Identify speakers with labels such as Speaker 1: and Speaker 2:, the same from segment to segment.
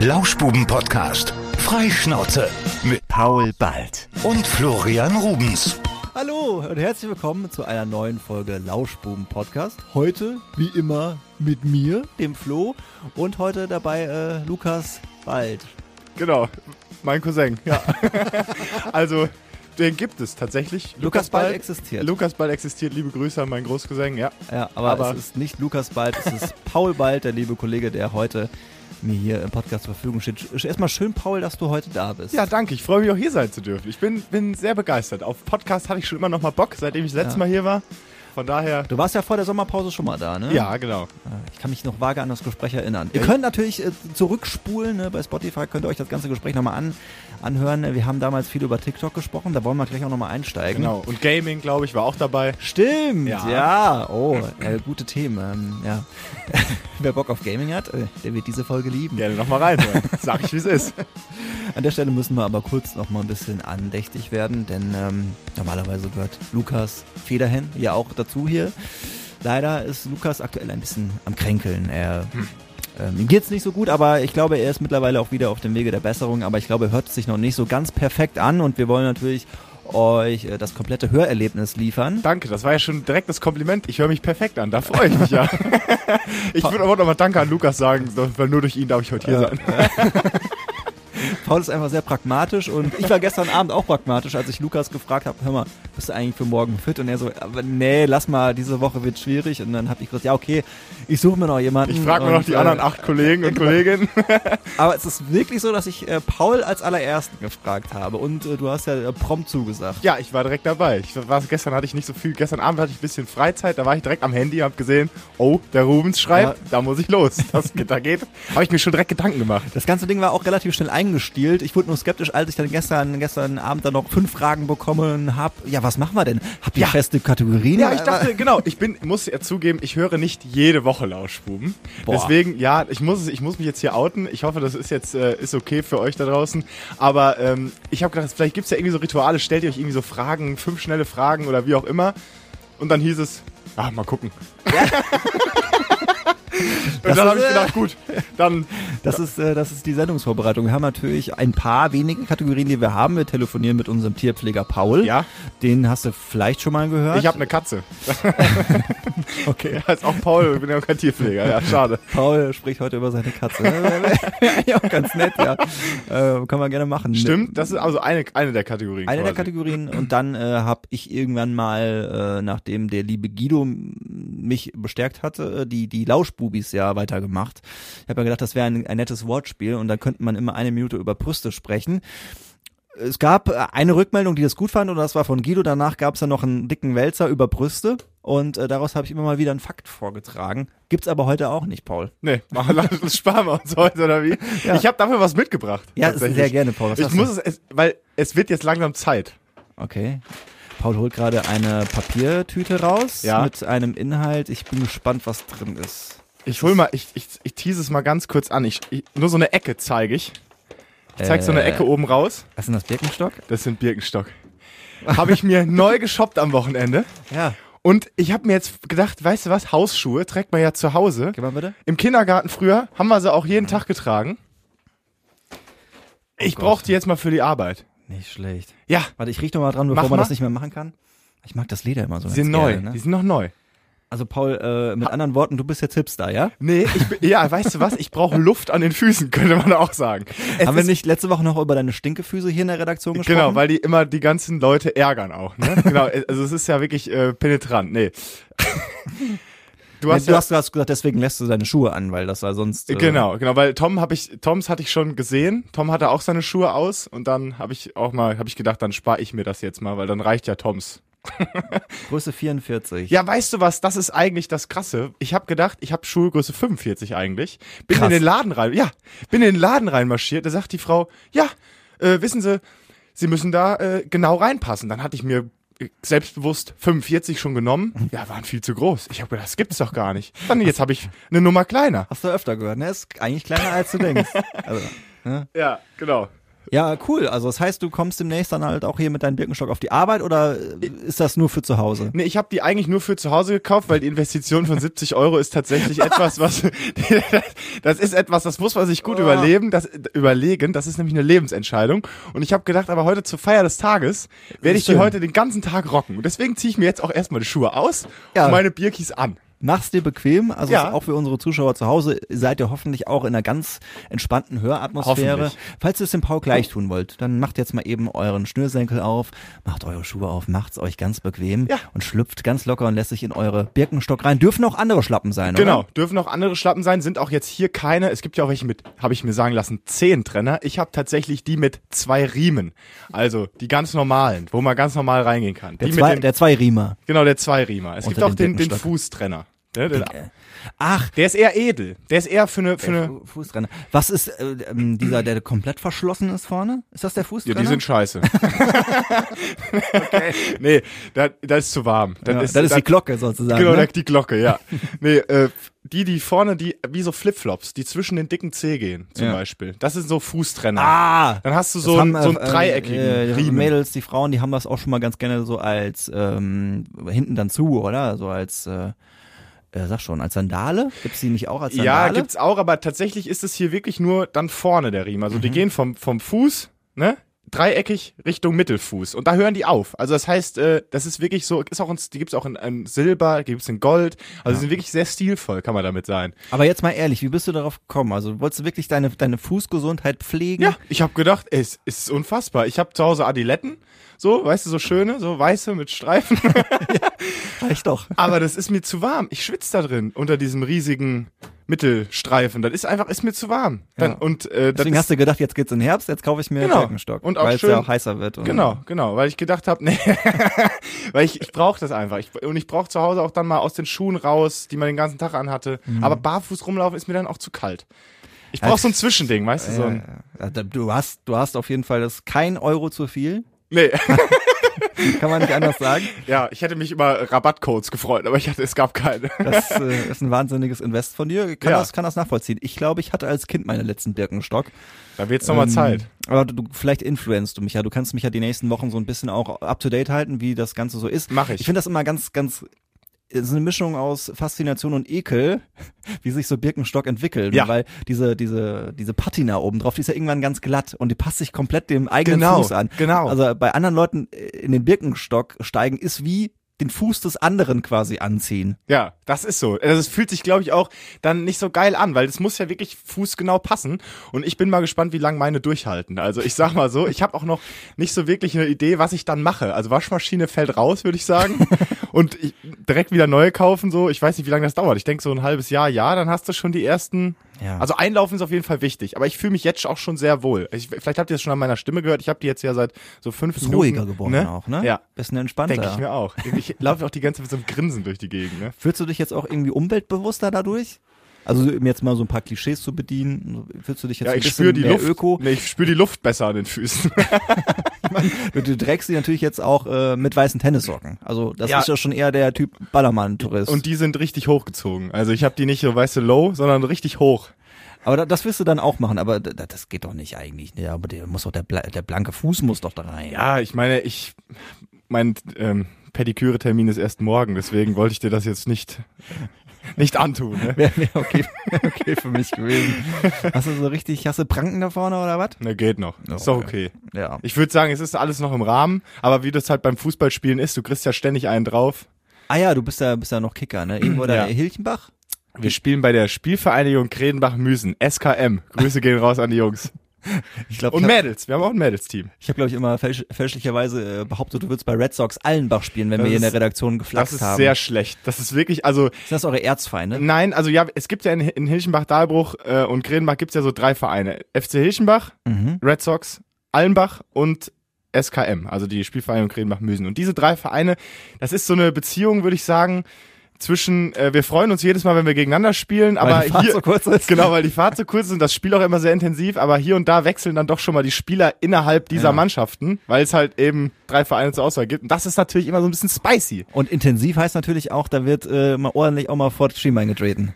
Speaker 1: Lauschbuben-Podcast. Freischnauze mit
Speaker 2: Paul Bald.
Speaker 1: und Florian Rubens.
Speaker 3: Hallo und herzlich willkommen zu einer neuen Folge Lauschbuben Podcast. Heute, wie immer, mit mir, dem Flo, und heute dabei äh, Lukas Wald.
Speaker 4: Genau, mein Cousin. Ja. also, den gibt es tatsächlich.
Speaker 3: Lukas Ball existiert.
Speaker 4: Lukas Ball existiert. Liebe Grüße an meinen Großcousin. Ja,
Speaker 3: ja, aber,
Speaker 4: aber-
Speaker 3: es ist nicht Lukas Bald, es ist Paul Bald, der liebe Kollege, der heute mir hier im Podcast zur Verfügung steht. Sch- Erstmal schön, Paul, dass du heute da bist.
Speaker 4: ja danke. Ich freue mich auch hier sein zu dürfen. Ich bin, bin sehr begeistert. Auf Podcast hatte ich schon immer noch mal Bock, seitdem ich das letzte
Speaker 3: Ja.
Speaker 4: Mal hier war. Von daher.
Speaker 3: Du warst ja vor der Sommerpause schon mal da, ne?
Speaker 4: Ja, genau.
Speaker 3: Ich kann mich noch vage an das Gespräch erinnern. Ihr könnt natürlich äh, zurückspulen, ne? bei Spotify könnt ihr euch das ganze Gespräch nochmal an, anhören. Wir haben damals viel über TikTok gesprochen, da wollen wir gleich auch nochmal einsteigen.
Speaker 4: Genau. Und Gaming, glaube ich, war auch dabei.
Speaker 3: Stimmt, ja.
Speaker 4: Ja.
Speaker 3: Oh, äh, gute Themen. Ähm, ja. Wer Bock auf Gaming hat, äh, der wird diese Folge lieben.
Speaker 4: Gerne nochmal rein. Sag ich, wie es ist.
Speaker 3: An der Stelle müssen wir aber kurz noch mal ein bisschen andächtig werden, denn ähm, normalerweise gehört Lukas Federhen ja auch dazu hier. Leider ist Lukas aktuell ein bisschen am Kränkeln. Er, ähm, ihm geht's nicht so gut, aber ich glaube, er ist mittlerweile auch wieder auf dem Wege der Besserung. Aber ich glaube, er hört sich noch nicht so ganz perfekt an und wir wollen natürlich euch äh, das komplette Hörerlebnis liefern.
Speaker 4: Danke, das war ja schon direkt das Kompliment. Ich höre mich perfekt an, da freue ich mich ja. ich würde aber nochmal Danke an Lukas sagen, so, weil nur durch ihn darf ich heute hier sein.
Speaker 3: Paul ist einfach sehr pragmatisch und ich war gestern Abend auch pragmatisch, als ich Lukas gefragt habe, hör mal, bist du eigentlich für morgen fit? Und er so, aber nee, lass mal, diese Woche wird schwierig. Und dann habe ich gesagt, ja okay, ich suche mir noch jemanden.
Speaker 4: Ich frage mir
Speaker 3: Und,
Speaker 4: noch die
Speaker 3: äh,
Speaker 4: anderen acht Kollegen und Kolleginnen.
Speaker 3: Aber es ist wirklich so, dass ich äh, Paul als allerersten gefragt habe und äh, du hast ja äh, prompt zugesagt.
Speaker 4: Ja, ich war direkt dabei. Ich war, gestern hatte ich nicht so viel. Gestern Abend hatte ich ein bisschen Freizeit. Da war ich direkt am Handy, hab gesehen, oh, der Rubens schreibt,
Speaker 3: Ja.
Speaker 4: da muss ich los. Das geht, da geht. Habe ich mir schon direkt Gedanken gemacht.
Speaker 3: Das ganze Ding war auch relativ schnell eingestielt. Ich wurde nur skeptisch, als ich dann gestern, gestern Abend dann noch fünf Fragen bekommen habe. Ja, was machen wir denn? Habt ihr
Speaker 4: Ja.
Speaker 3: feste Kategorien?
Speaker 4: Ja, ich dachte, genau, ich bin, muss ja zugeben, ich höre nicht jede Woche Lauschbuben.
Speaker 3: Boah.
Speaker 4: Deswegen, ja, ich muss, es- ich muss mich jetzt hier outen. Ich hoffe, das ist jetzt äh, ist okay für euch da draußen. Aber ähm, ich habe gedacht, vielleicht gibt's ja irgendwie so Rituale, stellt ihr euch irgendwie so Fragen, fünf schnelle Fragen oder wie auch immer. Und dann hieß es, ah, mal gucken. Und
Speaker 3: Das
Speaker 4: dann habe
Speaker 3: ist,
Speaker 4: ich
Speaker 3: äh,
Speaker 4: gedacht, gut, dann
Speaker 3: Das ist, äh, das ist die Sendungsvorbereitung. Wir haben natürlich ein paar wenige Kategorien, die wir haben. Wir telefonieren mit unserem Tierpfleger Paul.
Speaker 4: Ja.
Speaker 3: Den hast du vielleicht schon mal gehört.
Speaker 4: Ich habe eine Katze. okay. Ja, ist auch Paul, ich bin ja auch kein Tierpfleger. Ja,
Speaker 3: Ne.
Speaker 4: schade.
Speaker 3: Paul spricht heute über seine Katze. ja, auch ganz nett, ja. Äh, kann man gerne machen.
Speaker 4: Stimmt, das ist also eine, eine der Kategorien.
Speaker 3: Eine der
Speaker 4: quasi.
Speaker 3: Kategorien und dann äh, habe ich irgendwann mal, äh, nachdem der liebe Guido m- mich bestärkt hatte, äh, die, die Lauschbubis ja weitergemacht. Ich habe ja gedacht, das wäre ein, ein nettes Wortspiel und da könnte man immer eine Minute über Brüste sprechen. Es gab äh, eine Rückmeldung, die das gut fand und das war von Guido. Danach gab es dann noch einen dicken Wälzer über Brüste und äh, daraus habe ich immer mal wieder einen Fakt vorgetragen. Gibt's aber heute auch nicht, Paul.
Speaker 4: Nee, machen, lass- das sparen wir uns heute, oder wie? Ich habe dafür was mitgebracht.
Speaker 3: Ja,
Speaker 4: tatsächlich.
Speaker 3: sehr gerne, Paul. Was
Speaker 4: Ich
Speaker 3: hast du?
Speaker 4: muss es, es, weil es wird jetzt langsam Zeit.
Speaker 3: Okay. Paul holt gerade eine Papiertüte raus
Speaker 4: Ja.
Speaker 3: mit einem Inhalt. Ich bin gespannt, was drin ist.
Speaker 4: Ich hol mal, ich, ich, ich tease es mal ganz kurz an. Ich, ich, nur so eine Ecke zeige ich. Ich zeig so eine
Speaker 3: Äh.
Speaker 4: Ecke oben raus.
Speaker 3: Was ist denn das Birkenstock?
Speaker 4: Das sind Birkenstock. Habe ich mir neu geshoppt am Wochenende.
Speaker 3: Ja.
Speaker 4: Und ich habe mir jetzt gedacht, weißt du was, Hausschuhe trägt man ja zu Hause.
Speaker 3: Geh mal bitte.
Speaker 4: Im Kindergarten früher haben wir sie auch jeden Tag getragen.
Speaker 3: Oh
Speaker 4: Ich brauche die jetzt mal für die Arbeit.
Speaker 3: Nicht schlecht.
Speaker 4: Ja,
Speaker 3: Warte, ich riech noch mal dran, bevor man
Speaker 4: mal.
Speaker 3: das nicht mehr machen kann. Ich mag das Leder immer so.
Speaker 4: die sind
Speaker 3: ganz
Speaker 4: neu.
Speaker 3: gerne,
Speaker 4: Die
Speaker 3: ne?
Speaker 4: sind noch neu.
Speaker 3: Also Paul, äh, mit anderen Worten, du bist jetzt Hipster, ja?
Speaker 4: Nee, ich bin, ja, weißt du was? Ich brauche Luft an den Füßen, könnte man auch sagen. Es
Speaker 3: Haben wir
Speaker 4: ist-
Speaker 3: nicht letzte Woche noch über deine Stinkefüße hier in der Redaktion gesprochen?
Speaker 4: Genau, weil die immer die ganzen Leute ärgern auch. Ne? genau, also es ist ja wirklich äh, penetrant. Nee. Du
Speaker 3: du
Speaker 4: hast
Speaker 3: hast,
Speaker 4: ja,
Speaker 3: du hast gesagt, deswegen lässt du deine Schuhe an, weil das war sonst. Äh,
Speaker 4: genau, genau, weil Tom habe ich Toms hatte ich schon gesehen. Tom hatte auch seine Schuhe aus und dann habe ich auch mal habe ich gedacht, dann spare ich mir das jetzt mal, weil dann reicht ja Toms.
Speaker 3: Größe 44.
Speaker 4: Ja, weißt du was, das ist eigentlich das Krasse. Ich habe gedacht, ich habe Schuhgröße 45 eigentlich. Bin
Speaker 3: Krass.
Speaker 4: in den Laden rein, ja, bin in den Laden reinmarschiert. Da sagt die Frau, ja, äh, wissen Sie, Sie müssen da äh, genau reinpassen. Dann hatte ich mir äh, selbstbewusst 45 schon genommen. Ja, waren viel zu groß. Ich habe gedacht, das gibt es doch gar nicht. Dann jetzt habe ich eine Nummer kleiner.
Speaker 3: Hast du öfter gehört, ne? Ist eigentlich kleiner als du denkst. Also,
Speaker 4: Ja, genau.
Speaker 3: Ja, cool. Also das heißt, du kommst demnächst dann halt auch hier mit deinem Birkenstock auf die Arbeit oder äh, ist das nur für zu Hause?
Speaker 4: Nee, ich habe die eigentlich nur für zu Hause gekauft, weil die Investition von 70 Euro ist tatsächlich etwas, was das ist etwas, das muss man sich
Speaker 3: Oh.
Speaker 4: gut überleben, das überlegen. Das ist nämlich eine Lebensentscheidung. Und ich habe gedacht, aber heute zur Feier des Tages werde ich die
Speaker 3: Schön.
Speaker 4: heute den ganzen Tag rocken. Und deswegen ziehe ich mir jetzt auch erstmal die Schuhe aus
Speaker 3: Ja.
Speaker 4: und meine Birkis an.
Speaker 3: Mach's dir bequem, also
Speaker 4: Ja.
Speaker 3: ist auch für unsere Zuschauer zu Hause seid ihr hoffentlich auch in einer ganz entspannten Höratmosphäre.
Speaker 4: Hoffentlich.
Speaker 3: Falls ihr es dem Paul gleich tun wollt, dann macht jetzt mal eben euren Schnürsenkel auf, macht eure Schuhe auf, macht's euch ganz bequem
Speaker 4: Ja.
Speaker 3: und schlüpft ganz locker und lässt sich in eure Birkenstock rein. Dürfen auch andere Schlappen sein,
Speaker 4: Genau,
Speaker 3: oder?
Speaker 4: dürfen auch andere Schlappen sein, sind auch jetzt hier keine. Es gibt ja auch welche mit, habe ich mir sagen lassen, zehn Trenner. Ich habe tatsächlich die mit zwei Riemen. Also die ganz normalen, wo man ganz normal reingehen kann.
Speaker 3: Der
Speaker 4: die
Speaker 3: zwei,
Speaker 4: mit dem,
Speaker 3: der Zweiriemer.
Speaker 4: genau, der Zweiriemer. Es gibt
Speaker 3: unter
Speaker 4: auch
Speaker 3: dem
Speaker 4: den, den
Speaker 3: Birkenstock.
Speaker 4: Fußtrenner. Ne, Der, der,
Speaker 3: Ach,
Speaker 4: der ist eher edel. Der ist eher für eine. Für eine
Speaker 3: Fu- Fußtrenner. Was ist äh, ähm, dieser, der komplett verschlossen ist vorne? Ist das der
Speaker 4: ja,
Speaker 3: Fußtrenner?
Speaker 4: die sind scheiße. Nee, da, da ist zu warm. Dann
Speaker 3: ja,
Speaker 4: ist,
Speaker 3: das ist
Speaker 4: dann-
Speaker 3: die Glocke sozusagen.
Speaker 4: Genau,
Speaker 3: ne?
Speaker 4: die Glocke, ja. nee, äh, die, die vorne, die, wie so Flipflops, die zwischen den dicken Zeh gehen, zum
Speaker 3: Ja.
Speaker 4: Beispiel. Das sind so Fußtrenner.
Speaker 3: Ah,
Speaker 4: Dann hast du
Speaker 3: Das
Speaker 4: so, einen,
Speaker 3: haben,
Speaker 4: so einen
Speaker 3: äh,
Speaker 4: dreieckigen
Speaker 3: äh, die
Speaker 4: Riemen.
Speaker 3: Mädels, die Frauen, die haben das auch schon mal ganz gerne so als ähm, hinten dann zu, oder? So als äh, äh, sag schon, als Sandale? Gibt's die nicht auch als
Speaker 4: Ja,
Speaker 3: Sandale?
Speaker 4: gibt's auch, aber tatsächlich ist es hier wirklich nur dann vorne der Riemen. Also
Speaker 3: Mhm.
Speaker 4: die gehen vom, vom Fuß, ne? Dreieckig Richtung Mittelfuß. Und da hören die auf. Also das heißt, äh, das ist wirklich so, ist auch in, die gibt's auch in, in Silber, die gibt's in Gold. Also die sind wirklich sehr stilvoll, kann man damit sein.
Speaker 3: Aber jetzt mal ehrlich, wie bist du darauf gekommen? Also wolltest du wirklich deine, deine Fußgesundheit pflegen?
Speaker 4: Ja, ich habe gedacht, ey, es es ist unfassbar. Ich habe zu Hause Adiletten, so, weißt du, so schöne, so weiße mit Streifen.
Speaker 3: Reicht doch.
Speaker 4: Aber das ist mir zu warm. Ich schwitze da drin unter diesem riesigen Mittelstreifen. Das ist einfach, ist mir zu warm. Dann,
Speaker 3: Ja.
Speaker 4: Und äh, das
Speaker 3: Deswegen
Speaker 4: ist,
Speaker 3: hast du gedacht, jetzt geht's in den Herbst, jetzt kaufe ich mir
Speaker 4: Genau.
Speaker 3: einen Birkenstock.
Speaker 4: Und auch
Speaker 3: Weil es
Speaker 4: schön-
Speaker 3: ja auch heißer wird. und-
Speaker 4: Genau, genau, weil ich gedacht habe, nee, weil ich, ich brauche das einfach. Ich, und ich brauche zu Hause auch dann mal aus den Schuhen raus, die man den ganzen Tag anhatte. Aber barfuß rumlaufen ist mir dann auch zu kalt. Ich brauche
Speaker 3: Also-
Speaker 4: so ein Zwischending, weißt du? So
Speaker 3: Ja,
Speaker 4: ein,
Speaker 3: ja. Ja, Du hast, du hast auf jeden Fall das kein Euro zu viel.
Speaker 4: nee,
Speaker 3: Kann man nicht anders sagen.
Speaker 4: ja, ich hätte mich über Rabattcodes gefreut, aber ich hatte, es gab keine.
Speaker 3: Das äh, ist ein wahnsinniges Invest von dir. Kann,
Speaker 4: Ja.
Speaker 3: das, kann das nachvollziehen. Ich glaube, ich hatte als Kind meine letzten Birkenstock. Mhm.
Speaker 4: Da wird's nochmal Zeit.
Speaker 3: Aber du, vielleicht influenzt du mich ja. Du kannst mich ja die nächsten Wochen so ein bisschen auch up to date halten, wie das Ganze so ist.
Speaker 4: Mach ich.
Speaker 3: Ich finde das immer ganz, ganz. Es ist eine Mischung aus Faszination und Ekel, wie sich so Birkenstock entwickeln.
Speaker 4: Ja.
Speaker 3: Weil diese, diese, diese Patina oben drauf, die ist ja irgendwann ganz glatt und die passt sich komplett dem eigenen
Speaker 4: Genau,
Speaker 3: Fuß an.
Speaker 4: genau.
Speaker 3: Also bei anderen Leuten in den Birkenstock steigen ist wie den Fuß des anderen quasi anziehen.
Speaker 4: Ja, das ist so. Also, Es fühlt sich, glaube ich, auch dann nicht so geil an, weil es muss ja wirklich fußgenau passen. Und ich bin mal gespannt, wie lange meine durchhalten. Also ich sag mal so, ich habe auch noch nicht so wirklich eine Idee, was ich dann mache. Also Waschmaschine fällt raus, würde ich sagen. Und ich, direkt wieder neue kaufen, so. Ich weiß nicht, wie lange das dauert. Ich denke so ein halbes Jahr, ja, dann hast du schon die ersten.
Speaker 3: Ja.
Speaker 4: Also einlaufen ist auf jeden Fall wichtig. Aber ich fühle mich jetzt auch schon sehr wohl. Ich, vielleicht habt ihr es schon an meiner Stimme gehört. Ich habe die jetzt ja seit so fünf
Speaker 3: Ist
Speaker 4: Minuten.
Speaker 3: ruhiger geworden auch, ne?
Speaker 4: Ja.
Speaker 3: Bisschen entspannter.
Speaker 4: Denke ich mir auch. Ich laufe auch die ganze Zeit mit so einem Grinsen durch die Gegend, ne?
Speaker 3: Fühlst du dich jetzt auch irgendwie umweltbewusster dadurch? Also um jetzt mal so ein paar Klischees zu bedienen, fühlst du dich jetzt
Speaker 4: Ja,
Speaker 3: ein
Speaker 4: ich
Speaker 3: bisschen
Speaker 4: spüre die
Speaker 3: mehr
Speaker 4: Luft.
Speaker 3: Öko?
Speaker 4: Nee, ich spüre die Luft besser an den Füßen.
Speaker 3: Du, du trägst die natürlich jetzt auch äh, mit weißen Tennissocken. Also das
Speaker 4: Ja.
Speaker 3: ist ja schon eher der Typ Ballermann-Tourist.
Speaker 4: Und die sind richtig hochgezogen. Also ich habe die nicht so, weißt du, low, sondern richtig hoch.
Speaker 3: Aber da, das wirst du dann auch machen. Aber da, das geht doch nicht eigentlich. Ja, aber der muss doch der, bla- der blanke Fuß muss doch da rein.
Speaker 4: Ja, ich meine, ich mein ähm, Pediküre-Termin ist erst morgen, deswegen wollte ich dir das jetzt nicht nicht antun. Ne?
Speaker 3: Wäre wär okay, wär okay für mich gewesen. Hast du so richtig, hast du Pranken da vorne oder was?
Speaker 4: Ne, geht noch. ist doch okay.
Speaker 3: Oh, Ja.
Speaker 4: Ich würde sagen, es ist alles noch im Rahmen, aber wie das halt beim Fußballspielen ist, du kriegst ja ständig einen drauf.
Speaker 3: Ah ja, du bist ja, bist ja noch Kicker, ne? Irgendwo da
Speaker 4: Ja.
Speaker 3: Hilchenbach?
Speaker 4: Wir spielen bei der Spielvereinigung Kredenbach-Müsen, SKM. Grüße gehen raus an die Jungs.
Speaker 3: Ich glaube,
Speaker 4: Und Mädels, wir haben auch ein Mädels-Team.
Speaker 3: Ich habe, glaube ich, immer fälsch fälschlicherweise äh, behauptet, du würdest bei Red Sox Allenbach spielen, wenn
Speaker 4: Das
Speaker 3: wir hier in
Speaker 4: ist-
Speaker 3: der Redaktion
Speaker 4: Das
Speaker 3: geflaxt
Speaker 4: ist
Speaker 3: haben.
Speaker 4: sehr schlecht. Das ist wirklich, also
Speaker 3: Sind das eure Erzfeinde?
Speaker 4: Nein, also ja, es gibt ja in, in Hilchenbach, Dahlbruch äh, und Gredenbach gibt's ja so drei Vereine. FC Hilchenbach,
Speaker 3: Mhm.
Speaker 4: Red Sox, Allenbach und SKM, also die Spielvereinigung Gredenbach-Müsen. Und diese drei Vereine, das ist so eine Beziehung, würde ich sagen, zwischen, äh, wir freuen uns jedes Mal, wenn wir gegeneinander spielen, aber
Speaker 3: Weil die Fahrt
Speaker 4: hier,
Speaker 3: so kurz ist.
Speaker 4: genau, weil die Fahrt so kurz ist und das Spiel auch immer sehr intensiv, aber hier und da wechseln dann doch schon mal die Spieler innerhalb dieser
Speaker 3: Ja.
Speaker 4: Mannschaften, weil es halt eben drei Vereine zur Auswahl gibt. Und das ist natürlich immer so ein bisschen spicy.
Speaker 3: Und intensiv heißt natürlich auch, da wird äh, mal ordentlich auch mal vor das Schienbein getreten.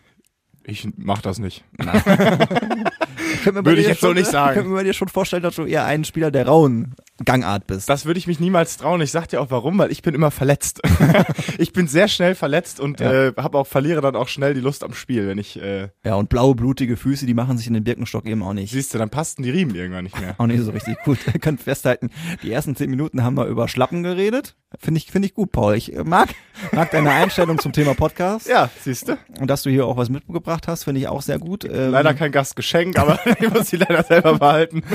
Speaker 4: Ich mach das nicht.
Speaker 3: könnte mir bei
Speaker 4: Würde ich
Speaker 3: dir
Speaker 4: jetzt
Speaker 3: schon,
Speaker 4: so nicht sagen.
Speaker 3: Ich könnte mir bei dir schon vorstellen, dass du eher ein Spieler der rauen Gangart bist.
Speaker 4: Das würde ich mich niemals trauen. Ich sag dir auch warum, weil ich bin immer verletzt. ich bin sehr schnell verletzt und
Speaker 3: Ja.
Speaker 4: äh, habe auch verliere dann auch schnell die Lust am Spiel, wenn ich äh,
Speaker 3: ja, und blaue, blutige Füße, die machen sich in den Birkenstock eben auch nicht.
Speaker 4: siehst du, dann passten die Riemen irgendwann nicht mehr.
Speaker 3: Auch nicht so richtig gut. Ihr könnt festhalten, die ersten zehn Minuten haben wir über Schlappen geredet. Finde ich, finde ich gut, Paul. Ich äh, mag, mag deine Einstellung zum Thema Podcast.
Speaker 4: Ja, siehst du.
Speaker 3: Und dass du hier auch was mitgebracht hast, finde ich auch sehr gut. Ähm,
Speaker 4: Leider kein Gastgeschenk, aber ich muss sie leider selber behalten.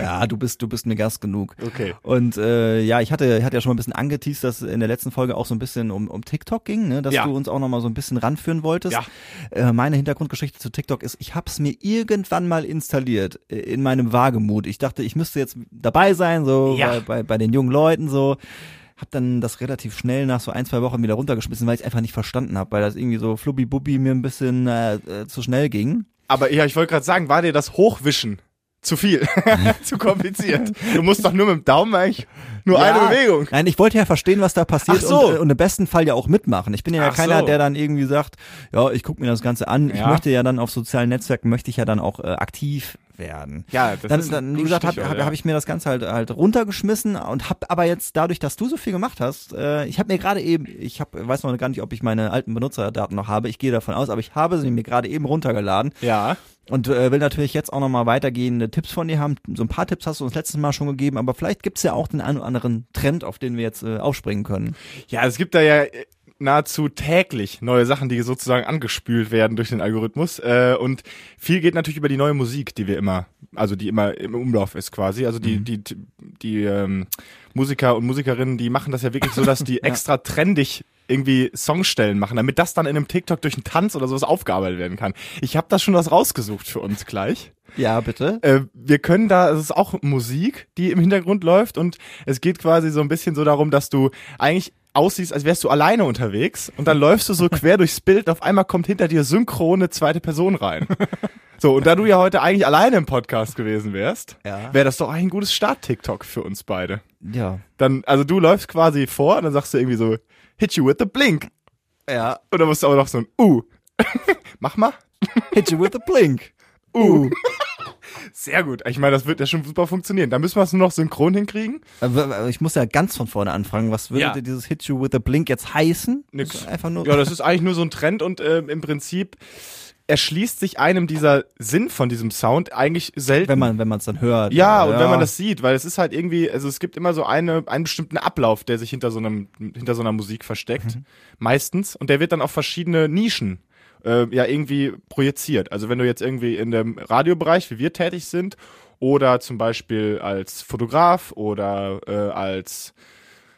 Speaker 3: Ja, du bist, du bist mir Gast genug.
Speaker 4: Okay.
Speaker 3: Und äh, ja, ich hatte, ich hatte ja schon mal ein bisschen angeteased, dass in der letzten Folge auch so ein bisschen um, um TikTok ging, ne? dass
Speaker 4: Ja.
Speaker 3: du uns auch nochmal so ein bisschen ranführen wolltest.
Speaker 4: Ja.
Speaker 3: Äh, meine Hintergrundgeschichte zu TikTok ist, ich hab's mir irgendwann mal installiert, äh, in meinem Wagemut. Ich dachte, ich müsste jetzt dabei sein, so
Speaker 4: Ja.
Speaker 3: bei, bei, bei den jungen Leuten so. Hab dann das relativ schnell nach so ein, zwei Wochen wieder runtergeschmissen, weil ich einfach nicht verstanden habe, weil das irgendwie so flubbi-bubbi mir ein bisschen äh, äh, zu schnell ging.
Speaker 4: Aber ja, ich wollte gerade sagen, war dir das Hochwischen zu viel, zu kompliziert? Du musst doch nur mit dem Daumen eigentlich nur
Speaker 3: Ja.
Speaker 4: eine Bewegung.
Speaker 3: Nein, ich wollte ja verstehen, was da passiert
Speaker 4: Ach so.
Speaker 3: und, äh, und im besten Fall ja auch mitmachen. Ich bin ja,
Speaker 4: Ach
Speaker 3: keiner,
Speaker 4: so.
Speaker 3: der dann irgendwie sagt, ja, ich gucke mir das Ganze an. Ich
Speaker 4: Ja.
Speaker 3: möchte ja dann auf sozialen Netzwerken, möchte ich ja dann auch äh, aktiv werden.
Speaker 4: Ja, das
Speaker 3: Dann,
Speaker 4: ist ein
Speaker 3: dann wie
Speaker 4: gutes
Speaker 3: gesagt, habe
Speaker 4: Stichwort,
Speaker 3: hab,
Speaker 4: ja.
Speaker 3: hab ich mir das Ganze halt, halt runtergeschmissen und habe aber jetzt dadurch, dass du so viel gemacht hast, äh, ich habe mir gerade eben, ich hab, weiß noch gar nicht, ob ich meine alten Benutzerdaten noch habe, ich gehe davon aus, aber ich habe sie mir gerade eben runtergeladen
Speaker 4: Ja.
Speaker 3: und äh, will natürlich jetzt auch nochmal weitergehende Tipps von dir haben. So ein paar Tipps hast du uns letztes Mal schon gegeben, aber vielleicht gibt's ja auch den einen oder anderen Trend, auf den wir jetzt äh, aufspringen können.
Speaker 4: Ja, es gibt da ja äh, nahezu täglich neue Sachen, die sozusagen angespült werden durch den Algorithmus. Äh, und viel geht natürlich über die neue Musik, die wir immer, also die immer im Umlauf ist quasi. Also die, die, die, die ähm, Musiker und Musikerinnen, die machen das ja wirklich so, dass die extra trendig irgendwie Songstellen machen, damit das dann in einem TikTok durch einen Tanz oder sowas aufgearbeitet werden kann. Ich habe da schon was rausgesucht für uns gleich
Speaker 3: Ja, bitte.
Speaker 4: äh, wir können da, es ist auch Musik, die im Hintergrund läuft und es geht quasi so ein bisschen so darum, dass du eigentlich aussiehst, als wärst du alleine unterwegs und dann läufst du so quer durchs Bild und auf einmal kommt hinter dir synchrone zweite Person rein. So, und da du ja heute eigentlich alleine im Podcast gewesen wärst,
Speaker 3: Ja.
Speaker 4: wäre das doch eigentlich ein gutes Start-TikTok für uns beide.
Speaker 3: Ja.
Speaker 4: Dann, also du läufst quasi vor und dann sagst du irgendwie so, hit you with the blink.
Speaker 3: Ja.
Speaker 4: Und dann musst du aber noch so ein, uh. Mach mal.
Speaker 3: Hit you with a blink.
Speaker 4: Uh. Sehr gut. Ich meine, das wird ja schon super funktionieren. Da müssen wir es nur noch synchron hinkriegen.
Speaker 3: Aber Äh, Ich muss ja ganz von vorne anfangen. Was würde
Speaker 4: Ja.
Speaker 3: dieses Hit you with a blink jetzt heißen?
Speaker 4: Nix.
Speaker 3: Das ist Einfach nur.
Speaker 4: Ja, das ist eigentlich nur so ein Trend und ähm, im Prinzip erschließt sich einem dieser Sinn von diesem Sound eigentlich selten.
Speaker 3: wenn man wenn man es dann hört.
Speaker 4: ja, und wenn man das sieht, weil es ist halt irgendwie, also es gibt immer so eine, einen bestimmten Ablauf, der sich hinter so, einem, hinter so einer Musik versteckt,
Speaker 3: Mhm.
Speaker 4: meistens, und der wird dann auf verschiedene Nischen äh, ja irgendwie projiziert. Also wenn du jetzt irgendwie in dem Radiobereich, wie wir tätig sind, oder zum Beispiel als Fotograf oder äh, als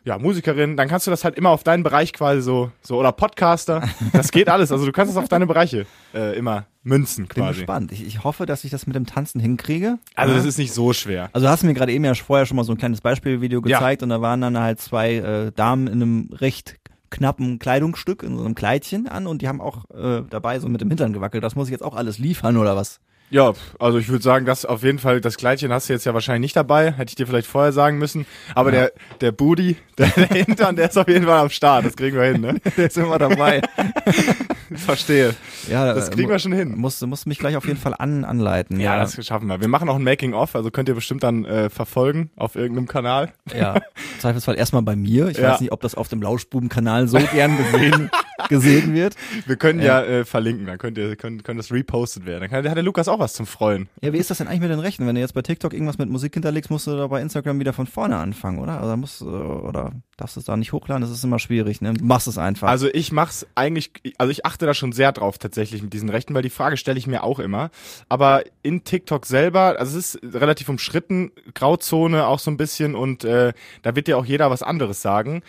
Speaker 4: ja, Musikerin, dann kannst du das halt immer auf deinen Bereich quasi so, so oder Podcaster. Das geht alles. Also du kannst es auf deine Bereiche äh, immer münzen
Speaker 3: bin
Speaker 4: quasi.
Speaker 3: gespannt. Ich, ich hoffe, dass ich das mit dem Tanzen hinkriege.
Speaker 4: Also
Speaker 3: Ja.
Speaker 4: das ist nicht so schwer.
Speaker 3: Also hast du mir gerade eben ja vorher schon mal so ein kleines Beispielvideo
Speaker 4: Ja.
Speaker 3: gezeigt und da waren dann halt zwei äh, Damen in einem recht knappen Kleidungsstück, in so einem Kleidchen an und die haben auch äh, dabei so mit dem Hintern gewackelt. Das muss ich jetzt auch alles liefern oder was?
Speaker 4: Ja, pf, also ich würde sagen, das auf jeden Fall, das Kleidchen hast du jetzt ja wahrscheinlich nicht dabei. Hätte ich dir vielleicht vorher sagen müssen. Aber der, der Booty, der, der Hintern, der ist auf jeden Fall am Start. Das kriegen wir hin, ne?
Speaker 3: Der ist immer dabei.
Speaker 4: Verstehe.
Speaker 3: ja, äh,
Speaker 4: Das kriegen wir schon hin.
Speaker 3: Musst, musst mich gleich auf jeden Fall an, anleiten.
Speaker 4: Ja, das schaffen wir. Wir machen auch ein Making-of, also könnt ihr bestimmt dann äh, verfolgen auf irgendeinem Kanal.
Speaker 3: ja. Im Zweifelsfall erstmal bei mir. Ich
Speaker 4: Ja.
Speaker 3: weiß nicht, ob das auf dem Lauschbubenkanal so gern gesehen, gesehen wird.
Speaker 4: Wir können ja, äh, verlinken, dann könnt ihr, können, können das repostet werden. Dann kann, hat der Lukas auch was zum Freuen.
Speaker 3: Ja, wie ist das denn eigentlich mit den Rechten? Wenn du jetzt bei TikTok irgendwas mit Musik hinterlegst, musst du da bei Instagram wieder von vorne anfangen, oder? Also musst äh, oder darfst du es da nicht hochladen? Das ist immer schwierig, ne? Du machst es einfach.
Speaker 4: Also ich mach's eigentlich, also ich achte da schon sehr drauf tatsächlich mit diesen Rechten, weil die Frage stelle ich mir auch immer. Aber in TikTok selber, also es ist relativ umschritten, Grauzone auch so ein bisschen und äh, da wird ja auch jeder was anderes sagen.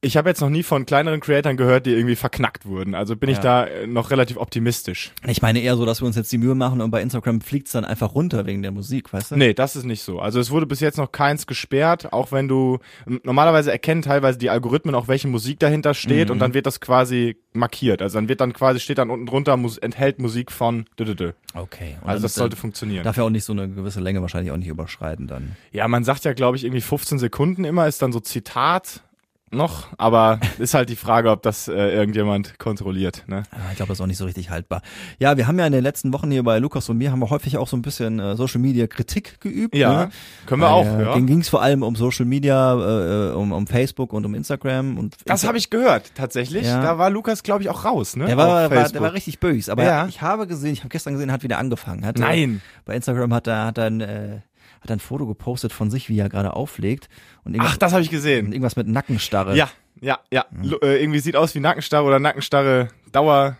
Speaker 4: Ich habe jetzt noch nie von kleineren Creatoren gehört, die irgendwie verknackt wurden. Also bin ich
Speaker 3: Ja.
Speaker 4: da äh, noch relativ optimistisch.
Speaker 3: ich meine eher so, dass wir uns jetzt die Mühe machen und bei Instagram fliegt's dann einfach runter wegen der Musik, weißt du?
Speaker 4: Nee, das ist nicht so. Also es wurde bis jetzt noch keins gesperrt, auch wenn du m- normalerweise erkennen teilweise die Algorithmen auch welche Musik dahinter steht
Speaker 3: Mhm.
Speaker 4: und dann wird das quasi markiert. Also dann wird dann quasi steht dann unten drunter mus enthält Musik von dü -dü -dü.
Speaker 3: Okay. Und dann
Speaker 4: Also das
Speaker 3: ist, äh,
Speaker 4: sollte funktionieren.
Speaker 3: Darf ja auch nicht so eine gewisse Länge wahrscheinlich auch nicht überschreiten dann.
Speaker 4: Ja, man sagt ja glaube ich irgendwie 15 Sekunden immer ist dann so Zitat noch, aber ist halt die Frage, ob das äh, irgendjemand kontrolliert. Ne?
Speaker 3: Ja, Ah, ich glaube, das ist auch nicht so richtig haltbar. Ja, wir haben ja in den letzten Wochen hier bei Lukas und mir haben wir häufig auch so ein bisschen äh, Social Media Kritik geübt.
Speaker 4: Ja,
Speaker 3: ne?
Speaker 4: können wir
Speaker 3: Weil,
Speaker 4: auch.
Speaker 3: Äh,
Speaker 4: Ja.
Speaker 3: Denen ging es vor allem um Social Media, äh, um, um Facebook und um Instagram und
Speaker 4: Das habe ich gehört, tatsächlich.
Speaker 3: Ja.
Speaker 4: Da war Lukas, glaube ich, auch raus. Ne?
Speaker 3: Der war,
Speaker 4: Auf
Speaker 3: war, der
Speaker 4: Facebook.
Speaker 3: war richtig böse, aber
Speaker 4: Ja.
Speaker 3: ich habe gesehen, ich habe gestern gesehen, er hat wieder angefangen. Hat, äh,
Speaker 4: Nein.
Speaker 3: Bei Instagram hat er, hat er, ein, äh, hat er ein Foto gepostet von sich, wie er gerade auflegt und
Speaker 4: Ach,
Speaker 3: irgendwas,
Speaker 4: das habe ich
Speaker 3: und
Speaker 4: gesehen.
Speaker 3: irgendwas mit Nackenstarre.
Speaker 4: Ja, ja, ja. Lu- Äh, irgendwie sieht aus wie Nackenstarre oder Nackenstarre Dauer.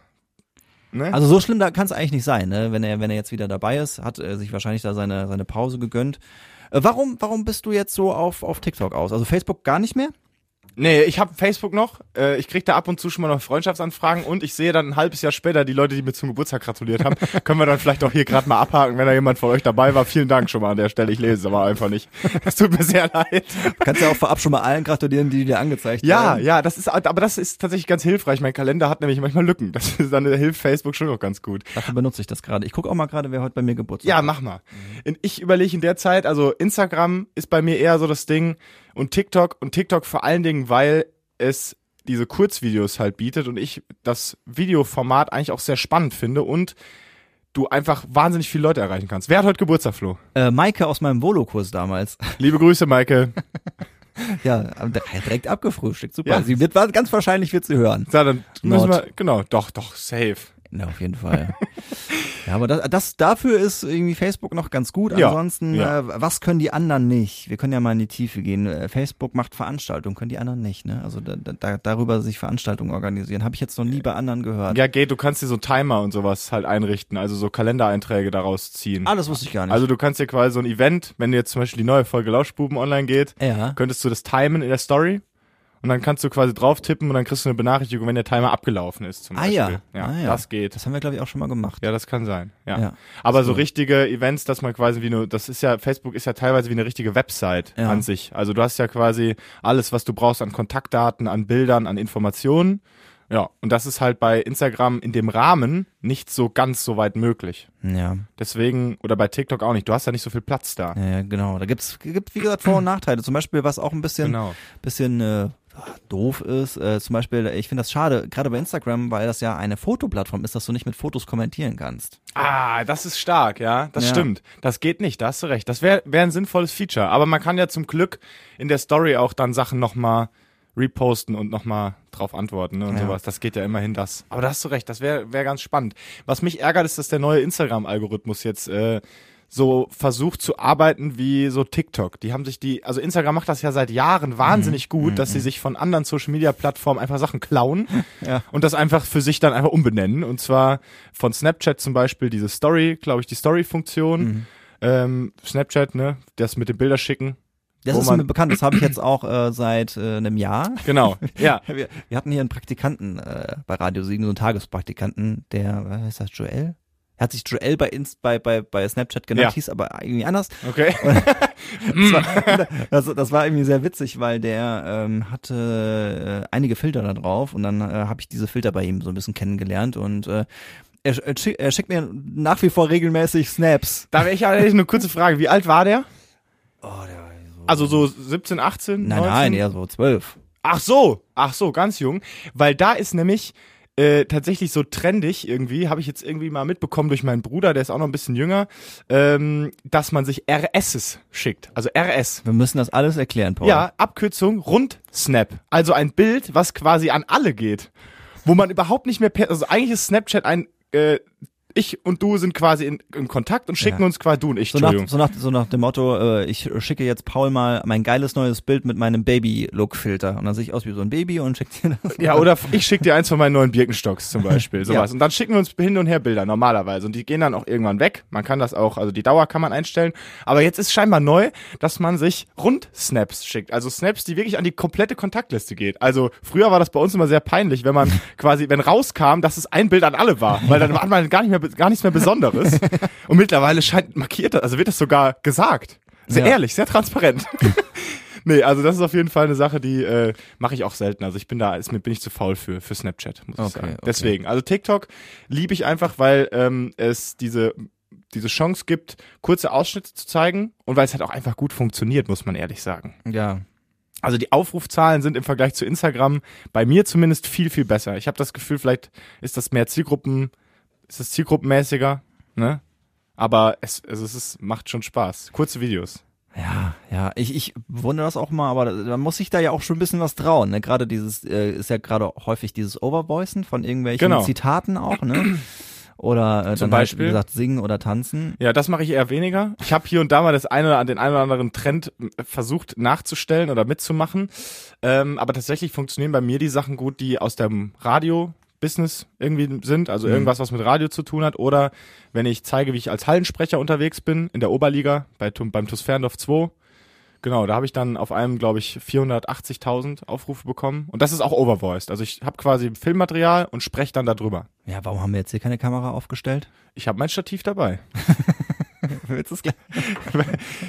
Speaker 4: Ne?
Speaker 3: Also so schlimm da kann es eigentlich nicht sein, ne? wenn er wenn er jetzt wieder dabei ist, hat er sich wahrscheinlich da seine seine Pause gegönnt. Äh, warum warum bist du jetzt so auf auf TikTok aus? Also Facebook gar nicht mehr?
Speaker 4: Nee, ich habe Facebook noch. Äh, ich krieg da ab und zu schon mal noch Freundschaftsanfragen und ich sehe dann ein halbes Jahr später die Leute, die mir zum Geburtstag gratuliert haben. können wir dann vielleicht auch hier gerade mal abhaken, wenn da jemand von euch dabei war. Vielen Dank schon mal an der Stelle. Ich lese es aber einfach nicht. Es tut mir sehr leid.
Speaker 3: Kannst ja auch vorab schon mal allen gratulieren, die dir angezeigt
Speaker 4: Ja,
Speaker 3: werden.
Speaker 4: ja, das ist, aber das ist tatsächlich ganz hilfreich. Mein Kalender hat nämlich manchmal Lücken. Das ist, dann hilft Facebook schon noch ganz gut.
Speaker 3: Dafür benutze ich das gerade. Ich gucke auch mal gerade, wer heute bei mir Geburtstag
Speaker 4: Ja, mach mal. Und Ich überlege Mhm. in der Zeit, also Instagram ist bei mir eher so das Ding und TikTok und TikTok vor allen Dingen, weil es diese Kurzvideos halt bietet und ich das Videoformat eigentlich auch sehr spannend finde und du einfach wahnsinnig viele Leute erreichen kannst. Wer hat heute Geburtstag, Flo?
Speaker 3: Äh, Maike aus meinem Volokurs damals.
Speaker 4: Liebe Grüße, Maike.
Speaker 3: Ja, aber direkt abgefrühstückt, super.
Speaker 4: Ja.
Speaker 3: Sie wird ganz wahrscheinlich wird sie hören.
Speaker 4: So, dann müssen
Speaker 3: Not.
Speaker 4: wir, genau, doch, doch, safe.
Speaker 3: Na, auf jeden Fall. ja, aber das, das dafür ist irgendwie Facebook noch ganz gut.
Speaker 4: Ja,
Speaker 3: Ansonsten,
Speaker 4: ja.
Speaker 3: Äh, was können die anderen nicht? Wir können ja mal in die Tiefe gehen. Äh, Facebook macht Veranstaltungen, können die anderen nicht, ne? Also da, da, darüber sich Veranstaltungen organisieren. Habe ich jetzt noch nie bei anderen gehört.
Speaker 4: Ja, geht, du kannst dir so einen Timer und sowas halt einrichten, also so Kalendereinträge daraus ziehen.
Speaker 3: Ah, das wusste ich gar nicht.
Speaker 4: Also du kannst dir quasi so ein Event, wenn dir jetzt zum Beispiel die neue Folge Lauschbuben online geht,
Speaker 3: ja.
Speaker 4: könntest du das timen in der Story und dann kannst du quasi drauf tippen und dann kriegst du eine Benachrichtigung, wenn der Timer abgelaufen ist zum
Speaker 3: Ah
Speaker 4: Beispiel.
Speaker 3: ja.
Speaker 4: ja,
Speaker 3: ah, ja.
Speaker 4: das geht.
Speaker 3: Das haben wir, glaube ich, auch schon mal gemacht.
Speaker 4: Ja, das kann sein. Ja.
Speaker 3: Ja.
Speaker 4: Aber so richtige Events, dass man quasi wie eine, das ist ja, Facebook ist ja teilweise wie eine richtige Website
Speaker 3: Ja.
Speaker 4: an sich. Also du hast ja quasi alles, was du brauchst an Kontaktdaten, an Bildern, an Informationen. Ja, und das ist halt bei Instagram in dem Rahmen nicht so ganz so weit möglich.
Speaker 3: Ja,
Speaker 4: Deswegen, oder bei TikTok auch nicht, du hast ja nicht so viel Platz da.
Speaker 3: ja, ja genau. Da gibt's, gibt wie gesagt, Vor- und Nachteile. Zum Beispiel, was auch ein bisschen
Speaker 4: Genau.
Speaker 3: bisschen äh, doof ist. Äh, zum Beispiel, ich finde das schade, gerade bei Instagram, weil das ja eine Fotoplattform ist, dass du nicht mit Fotos kommentieren kannst.
Speaker 4: Ah, das ist stark, ja. Das
Speaker 3: Ja.
Speaker 4: stimmt. Das geht nicht, da hast du recht. Das wäre wär ein sinnvolles Feature. Aber man kann ja zum Glück in der Story auch dann Sachen nochmal reposten und nochmal drauf antworten ne, und
Speaker 3: Ja.
Speaker 4: sowas. Das geht ja immerhin das. Aber da hast du recht, das wäre wär ganz spannend. Was mich ärgert, ist, dass der neue Instagram-Algorithmus jetzt äh, so versucht zu arbeiten wie so TikTok. Die haben sich die, also Instagram macht das ja seit
Speaker 3: Mhm.
Speaker 4: Jahren wahnsinnig gut, dass sie sich von anderen Social-Media-Plattformen einfach Sachen klauen
Speaker 3: Ja.
Speaker 4: und das einfach für sich dann einfach umbenennen. Und zwar von Snapchat zum Beispiel diese Story, glaube ich, die Story-Funktion.
Speaker 3: Mhm.
Speaker 4: Ähm, Snapchat, ne? Das mit den Bilder schicken.
Speaker 3: Das
Speaker 4: Wo
Speaker 3: ist
Speaker 4: man-
Speaker 3: mir bekannt, das habe ich jetzt auch äh, seit äh, einem Jahr.
Speaker 4: Genau. ja.
Speaker 3: Wir, wir hatten hier einen Praktikanten äh, bei Radio Siegen, so einen Tagespraktikanten, der, was heißt das, Joel? Er hat sich Joel bei, Inst, bei, bei, bei Snapchat genannt,
Speaker 4: Ja.
Speaker 3: hieß aber irgendwie anders.
Speaker 4: Okay.
Speaker 3: Das war, das, das war irgendwie sehr witzig, weil der ähm, hatte äh, einige Filter da drauf und dann äh, habe ich diese Filter bei ihm so ein bisschen kennengelernt und äh, er, sch- er, schick, er schickt mir nach wie vor regelmäßig Snaps.
Speaker 4: da wäre ich eigentlich eine kurze Frage. Wie alt war der?
Speaker 3: Oh, der war so.
Speaker 4: Also so 17, 18?
Speaker 3: Nein,
Speaker 4: 19?
Speaker 3: nein, eher so zwölf.
Speaker 4: Ach so, ach so, ganz jung. Weil da ist nämlich äh, tatsächlich so trendig irgendwie, habe ich jetzt irgendwie mal mitbekommen durch meinen Bruder, der ist auch noch ein bisschen jünger, ähm, dass man sich RSs schickt. Also RS.
Speaker 3: Wir müssen das alles erklären, Paul.
Speaker 4: Ja, Abkürzung Rundsnap. Also ein Bild, was quasi an alle geht. Wo man überhaupt nicht mehr, per also eigentlich ist Snapchat ein, äh, ich und du sind quasi in, in Kontakt und schicken
Speaker 3: Ja.
Speaker 4: uns quasi, du und ich,
Speaker 3: So nach,
Speaker 4: Entschuldigung.
Speaker 3: so, nach, so nach dem Motto, äh, ich schicke jetzt Paul mal mein geiles neues Bild mit meinem Baby-Look-Filter. Und dann sehe ich aus wie so ein Baby und schickt dir das.
Speaker 4: Ja, oder ich schicke dir eins von meinen neuen Birkenstocks zum Beispiel, sowas. Und dann schicken wir uns hin und her Bilder normalerweise. Und die gehen dann auch irgendwann weg. Man kann das auch, also die Dauer kann man einstellen. Aber jetzt ist scheinbar neu, dass man sich Rundsnaps schickt. Also Snaps, die wirklich an die komplette Kontaktliste geht. Also früher war das bei uns immer sehr peinlich, wenn man quasi, wenn rauskam, dass es ein Bild an alle war. Weil dann war man gar nicht mehr, gar nichts mehr Besonderes. Und mittlerweile scheint markiert, das- also wird das sogar gesagt. Sehr
Speaker 3: Ja.
Speaker 4: ehrlich, sehr transparent. Nee, also das ist auf jeden Fall eine Sache, die äh, mache ich auch selten. Also ich bin da, ist mir bin ich zu faul für für Snapchat, muss
Speaker 3: Okay,
Speaker 4: ich sagen.
Speaker 3: okay.
Speaker 4: Deswegen, also TikTok liebe ich einfach, weil ähm, es diese diese Chance gibt, kurze Ausschnitte zu zeigen und weil es halt auch einfach gut funktioniert, muss man ehrlich sagen.
Speaker 3: Ja.
Speaker 4: Also die Aufrufzahlen sind im Vergleich zu Instagram bei mir zumindest viel, viel besser. Ich habe das Gefühl, vielleicht ist das mehr Zielgruppen, ist das zielgruppenmäßiger, ne? Aber es, also es ist, macht schon Spaß. Kurze Videos.
Speaker 3: Ja, ja, ich, ich wundere das auch mal, aber da- man muss sich da ja auch schon ein bisschen was trauen. Ne? Gerade dieses, äh, ist ja gerade häufig dieses Overvoicen von irgendwelchen
Speaker 4: Genau.
Speaker 3: Zitaten auch, ne? Oder äh,
Speaker 4: Zum
Speaker 3: dann halt, wie
Speaker 4: Beispiel?
Speaker 3: gesagt, singen oder tanzen.
Speaker 4: Ja, das mache ich eher weniger. Ich habe hier und da mal das eine oder den einen oder anderen Trend äh, versucht nachzustellen oder mitzumachen. Ähm, aber tatsächlich funktionieren bei mir die Sachen gut, die aus dem Radio-Business irgendwie sind. Also irgendwas, was mit Radio zu tun hat. Oder wenn ich zeige, wie ich als Hallensprecher unterwegs bin in der Oberliga bei, Tu- beim TuS Ferndorf 2. Genau, da habe ich dann auf einem, glaube ich, 480.000 Aufrufe bekommen. Und das ist auch overvoiced. Also ich habe quasi Filmmaterial und spreche dann darüber.
Speaker 3: Ja, warum haben wir jetzt hier keine Kamera aufgestellt?
Speaker 4: Ich habe mein Stativ dabei.
Speaker 3: Willst du es gleich?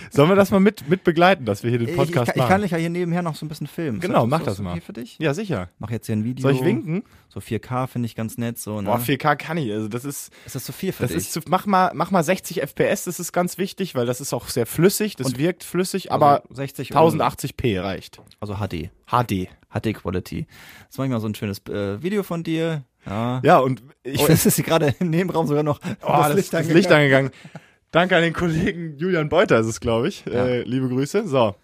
Speaker 4: Sollen wir das mal mit, mit begleiten, dass wir hier den
Speaker 3: Ich, ich,
Speaker 4: Podcast
Speaker 3: kann- ich
Speaker 4: machen?
Speaker 3: kann dich ja hier nebenher noch so ein bisschen filmen. Ist
Speaker 4: Genau, mach
Speaker 3: ist
Speaker 4: das mal.
Speaker 3: Okay für dich?
Speaker 4: ja, sicher.
Speaker 3: Mach jetzt hier ein Video.
Speaker 4: Soll ich winken?
Speaker 3: So 4K finde ich ganz nett. So, ne?
Speaker 4: Boah, 4K kann ich. Also das ist,
Speaker 3: ist das zu viel für
Speaker 4: das
Speaker 3: dich?
Speaker 4: ist zu, mach mal, mach mal 60 FPS, das ist ganz wichtig, weil das ist auch sehr flüssig, das wirkt flüssig, aber
Speaker 3: also 60
Speaker 4: 1080p reicht.
Speaker 3: Also HD.
Speaker 4: HD.
Speaker 3: HD-Quality. Jetzt mach ich mal so ein schönes äh, Video von dir. Ja.
Speaker 4: Ja, und ich
Speaker 3: Oh, es ist gerade im Nebenraum sogar noch
Speaker 4: oh, das, das, Licht, das Licht angegangen. Danke an den Kollegen Julian Beuter ist es, glaube ich. Äh, liebe Grüße. So.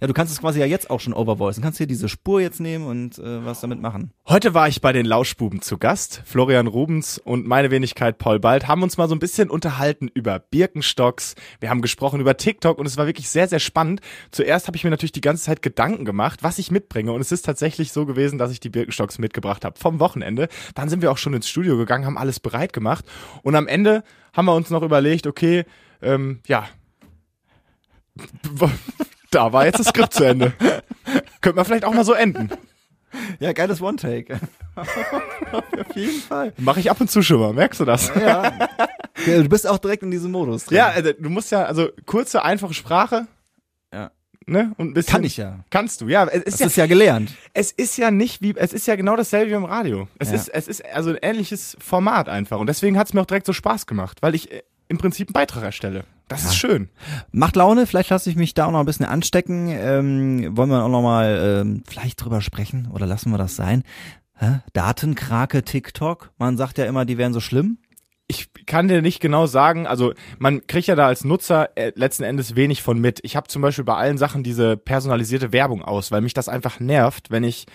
Speaker 3: Ja, du kannst es quasi ja jetzt auch schon overvoicen. Kannst hier diese Spur jetzt nehmen und äh, was damit machen.
Speaker 4: Heute war ich bei den Lauschbuben zu Gast. Florian Rubens und meine Wenigkeit Paul Bald haben uns mal so ein bisschen unterhalten über Birkenstocks. Wir haben gesprochen über TikTok und es war wirklich sehr, sehr spannend. Zuerst habe ich mir natürlich die ganze Zeit Gedanken gemacht, was ich mitbringe. Und es ist tatsächlich so gewesen, dass ich die Birkenstocks mitgebracht habe vom Wochenende. Dann sind wir auch schon ins Studio gegangen, haben alles bereit gemacht. Und am Ende haben wir uns noch überlegt, okay, ähm, ja. Da war jetzt das Skript zu Ende. Könnte man vielleicht auch mal so enden.
Speaker 3: Ja, geiles One-Take. Auf jeden Fall.
Speaker 4: Mache ich ab und zu schon mal, merkst du das?
Speaker 3: Ja. ja. Du bist auch direkt in diesem Modus drin.
Speaker 4: Ja, also, du musst ja, also kurze, einfache Sprache.
Speaker 3: Ja.
Speaker 4: Ne? Und ein bisschen,
Speaker 3: Kann ich ja.
Speaker 4: Kannst du, ja. Es
Speaker 3: Das
Speaker 4: ist ja,
Speaker 3: ist ja gelernt.
Speaker 4: es ist ja nicht wie, es ist ja genau dasselbe wie im Radio. Es
Speaker 3: Ja.
Speaker 4: ist, es ist also ein ähnliches Format einfach. Und deswegen hat es mir auch direkt so Spaß gemacht, weil ich äh, im Prinzip einen Beitrag erstelle. Das ist schön.
Speaker 3: Macht Laune, vielleicht lasse ich mich da auch noch ein bisschen anstecken. Ähm, wollen wir auch noch mal ähm, vielleicht drüber sprechen oder lassen wir das sein? Hä? Datenkrake TikTok. Man sagt ja immer, die wären so schlimm.
Speaker 4: ich kann dir nicht genau sagen, also man kriegt ja da als Nutzer äh, letzten Endes wenig von mit. Ich habe zum Beispiel bei allen Sachen diese personalisierte Werbung aus, weil mich das einfach nervt, wenn ich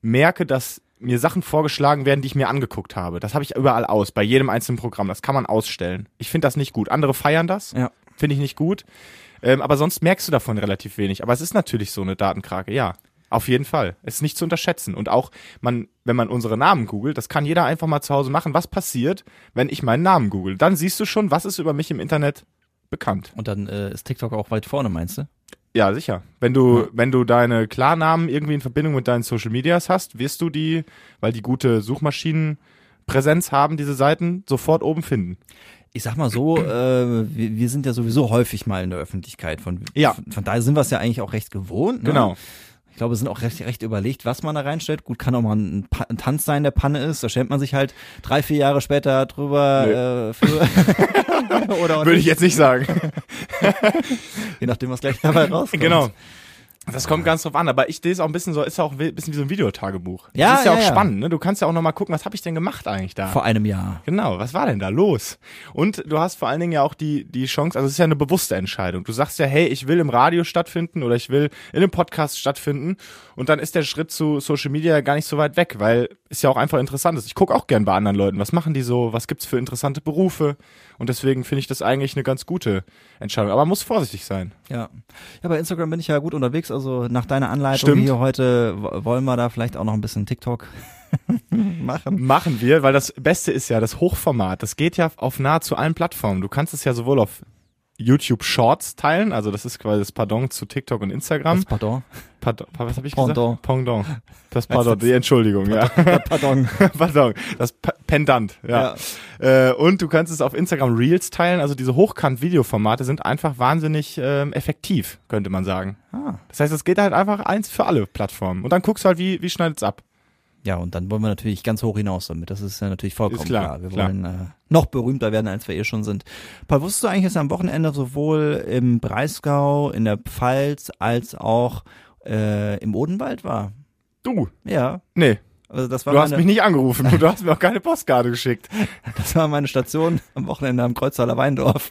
Speaker 4: merke, dass mir Sachen vorgeschlagen werden, die ich mir angeguckt habe. Das habe ich überall aus, bei jedem einzelnen Programm. Das kann man ausstellen. Ich finde das nicht gut. Andere feiern das,
Speaker 3: Ja.
Speaker 4: finde ich nicht gut. Ähm, aber sonst merkst du davon relativ wenig. Aber es ist natürlich so eine Datenkrake, ja. Auf jeden Fall. Es ist nicht zu unterschätzen. Und auch, man, wenn man unsere Namen googelt, das kann jeder einfach mal zu Hause machen. Was passiert, wenn ich meinen Namen google? Dann siehst du schon, was ist über mich im Internet bekannt.
Speaker 3: Und dann äh, ist TikTok auch weit vorne, meinst du?
Speaker 4: Ja, sicher. Wenn du, wenn du deine Klarnamen irgendwie in Verbindung mit deinen Social Medias hast, wirst du die, weil die gute Suchmaschinenpräsenz haben, diese Seiten sofort oben finden.
Speaker 3: ich sag mal so, äh, wir, wir sind ja sowieso häufig mal in der Öffentlichkeit. Von,
Speaker 4: Ja.
Speaker 3: von daher sind wir es ja eigentlich auch recht gewohnt. Ne?
Speaker 4: Genau.
Speaker 3: Ich glaube, wir sind auch recht, recht überlegt, was man da reinstellt. Gut, kann auch mal ein, Pa- ein Tanz sein, der Panne ist. Da stellt man sich halt drei, vier Jahre später drüber. Äh, für, oder auch
Speaker 4: Würde ich
Speaker 3: nicht,
Speaker 4: jetzt nicht sagen.
Speaker 3: je nachdem, was gleich dabei rauskommt.
Speaker 4: Genau. Das kommt ganz drauf an, aber ich lese auch ein bisschen so, ist ja auch ein bisschen wie so ein Videotagebuch.
Speaker 3: Ja,
Speaker 4: das ist ja,
Speaker 3: ja,
Speaker 4: auch
Speaker 3: ja.
Speaker 4: spannend, ne? Du kannst ja auch nochmal gucken, was habe ich denn gemacht eigentlich da?
Speaker 3: Vor einem Jahr.
Speaker 4: genau, was war denn da los? Und du hast vor allen Dingen ja auch die, die Chance, also es ist ja eine bewusste Entscheidung. Du sagst ja, hey, ich will im Radio stattfinden oder ich will in einem Podcast stattfinden und dann ist der Schritt zu Social Media gar nicht so weit weg, weil es ja auch einfach interessant ist. Ich gucke auch gern bei anderen Leuten, was machen die so, was gibt's für interessante Berufe und deswegen finde ich das eigentlich eine ganz gute Entscheidung. Aber man muss vorsichtig sein.
Speaker 3: Ja. ja, bei Instagram bin ich ja gut unterwegs. Also nach deiner Anleitung
Speaker 4: Stimmt.
Speaker 3: hier heute w- wollen wir da vielleicht auch noch ein bisschen TikTok machen.
Speaker 4: Machen wir, weil das Beste ist ja das Hochformat. Das geht ja auf nahezu allen Plattformen. Du kannst es ja sowohl auf YouTube Shorts teilen, also das ist quasi das Pardon zu TikTok und Instagram.
Speaker 3: Das Pardon.
Speaker 4: Pardon, was habe ich
Speaker 3: Pendant.
Speaker 4: gesagt? Pendant. Das Pardon, die Entschuldigung, ja.
Speaker 3: Pardon.
Speaker 4: Pardon, das P Pendant, ja. Äh, und du kannst es auf Instagram Reels teilen, also diese Hochkant-Videoformate sind einfach wahnsinnig ähm, effektiv, könnte man sagen.
Speaker 3: Ah.
Speaker 4: Das heißt, es geht halt einfach eins für alle Plattformen. Und dann guckst du halt, wie, wie schneidet's ab.
Speaker 3: Ja, und dann wollen wir natürlich ganz hoch hinaus damit. Das ist ja natürlich vollkommen
Speaker 4: Ist
Speaker 3: klar,
Speaker 4: klar,
Speaker 3: Wir
Speaker 4: klar.
Speaker 3: wollen äh, noch berühmter werden, als wir eh schon sind. Paul, wusstest du eigentlich, dass am Wochenende sowohl im Breisgau, in der Pfalz, als auch äh, im Odenwald war.
Speaker 4: Du?
Speaker 3: Ja,
Speaker 4: Nee.
Speaker 3: also das war
Speaker 4: Du hast
Speaker 3: meine,
Speaker 4: mich nicht angerufen und du hast mir auch keine Postkarte geschickt.
Speaker 3: das war meine Station am Wochenende am Kreuzhaller Weindorf.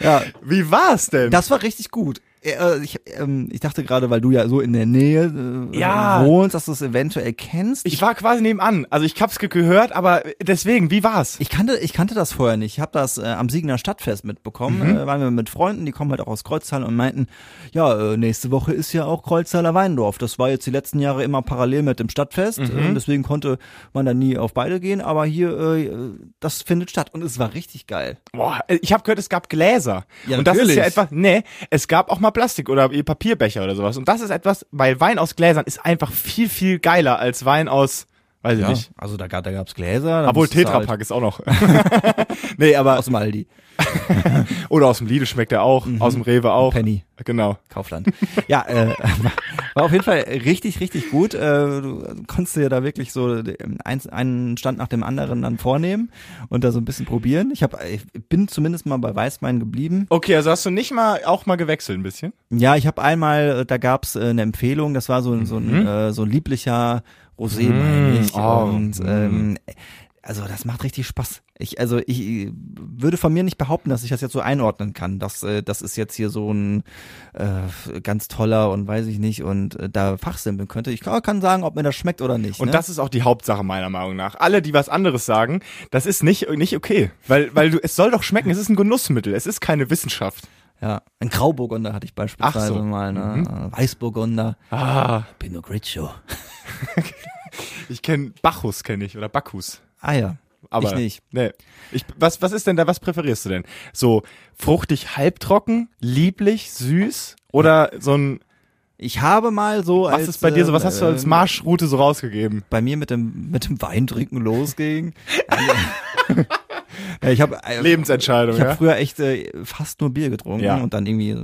Speaker 3: ja,
Speaker 4: Wie war's denn?
Speaker 3: das war richtig gut. Äh, Ich, ähm, ich dachte gerade, weil du ja so in der Nähe äh,
Speaker 4: Ja.
Speaker 3: wohnst, dass du es eventuell kennst.
Speaker 4: ich war quasi nebenan. Also ich hab's ge- gehört, aber deswegen, wie war's?
Speaker 3: Ich kannte, ich kannte das vorher nicht. Ich habe das äh, am Siegener Stadtfest mitbekommen.
Speaker 4: Mhm.
Speaker 3: Äh, waren wir mit Freunden, die kommen halt auch aus Kreuztal und meinten, ja, äh, nächste Woche ist ja auch Kreuztaler Weindorf. Das war jetzt die letzten Jahre immer parallel mit dem Stadtfest.
Speaker 4: Mhm.
Speaker 3: Äh, deswegen konnte man da nie auf beide gehen. Aber hier, äh, das findet statt. Und es war richtig geil.
Speaker 4: Boah, ich habe gehört, es gab Gläser.
Speaker 3: Ja,
Speaker 4: und das ist
Speaker 3: natürlich.
Speaker 4: ja etwas, nee, es gab auch mal Plastik oder eh Papierbecher oder sowas. Und das ist etwas, weil Wein aus Gläsern ist einfach viel, viel geiler als Wein aus, weiß ich nicht.
Speaker 3: also da, gab- da gab's Gläser. da
Speaker 4: Obwohl
Speaker 3: musstest du
Speaker 4: Tetra Pak ist auch noch. nee,
Speaker 3: Halt
Speaker 4: aber,
Speaker 3: aus dem Aldi.
Speaker 4: oder aus dem Lidl schmeckt er auch, aus dem Rewe auch.
Speaker 3: Mhm. Penny.
Speaker 4: Genau.
Speaker 3: Kaufland. Ja, äh, war auf jeden Fall richtig, richtig gut. Äh, du konntest dir da wirklich so eins, einen Stand nach dem anderen dann vornehmen und da so ein bisschen probieren. Ich, hab, ich bin zumindest mal bei Weißwein geblieben.
Speaker 4: Okay, also hast du nicht mal auch mal gewechselt ein bisschen?
Speaker 3: Ja, ich habe einmal, äh, da gab's äh, eine Empfehlung, das war so, ein- so, ein, äh, so ein lieblicher Rosé, meine ich.
Speaker 4: Mhm. oh,
Speaker 3: und ähm, also das macht richtig Spaß. Ich, also ich äh, würde von mir nicht behaupten, dass ich das jetzt so einordnen kann. Das, äh, das ist jetzt hier so ein äh, ganz toller und weiß ich nicht und äh, da fachsimpeln könnte. Ich kann kann sagen, ob mir das schmeckt oder nicht.
Speaker 4: Und
Speaker 3: ne?
Speaker 4: das ist auch die Hauptsache meiner Meinung nach. Alle, die was anderes sagen, das ist nicht, nicht okay. Weil, weil du, es soll doch schmecken, es ist ein Genussmittel, es ist keine Wissenschaft.
Speaker 3: ja, ein Grauburgunder hatte ich beispielsweise
Speaker 4: Ach so. Mhm.
Speaker 3: mal, ne? Äh, Weißburgunder,
Speaker 4: Ah.
Speaker 3: Pinot Grigio.
Speaker 4: Ich kenne Bacchus, kenne ich, oder Bacchus.
Speaker 3: Ah ja,
Speaker 4: Aber
Speaker 3: ich nicht.
Speaker 4: Nee. Ich, was, was ist denn da, was präferierst du denn? So fruchtig, halbtrocken, lieblich, süß oder so ein,
Speaker 3: Ich habe mal so
Speaker 4: was
Speaker 3: als
Speaker 4: ist bei dir so, was hast du als
Speaker 3: ähm,
Speaker 4: Marschroute so rausgegeben?
Speaker 3: bei mir mit dem mit dem Weintrinken losging. ja, ich habe
Speaker 4: Lebensentscheidung,
Speaker 3: ähm, ich habe
Speaker 4: ja?
Speaker 3: früher echt äh, fast nur Bier getrunken
Speaker 4: Ja.
Speaker 3: und dann irgendwie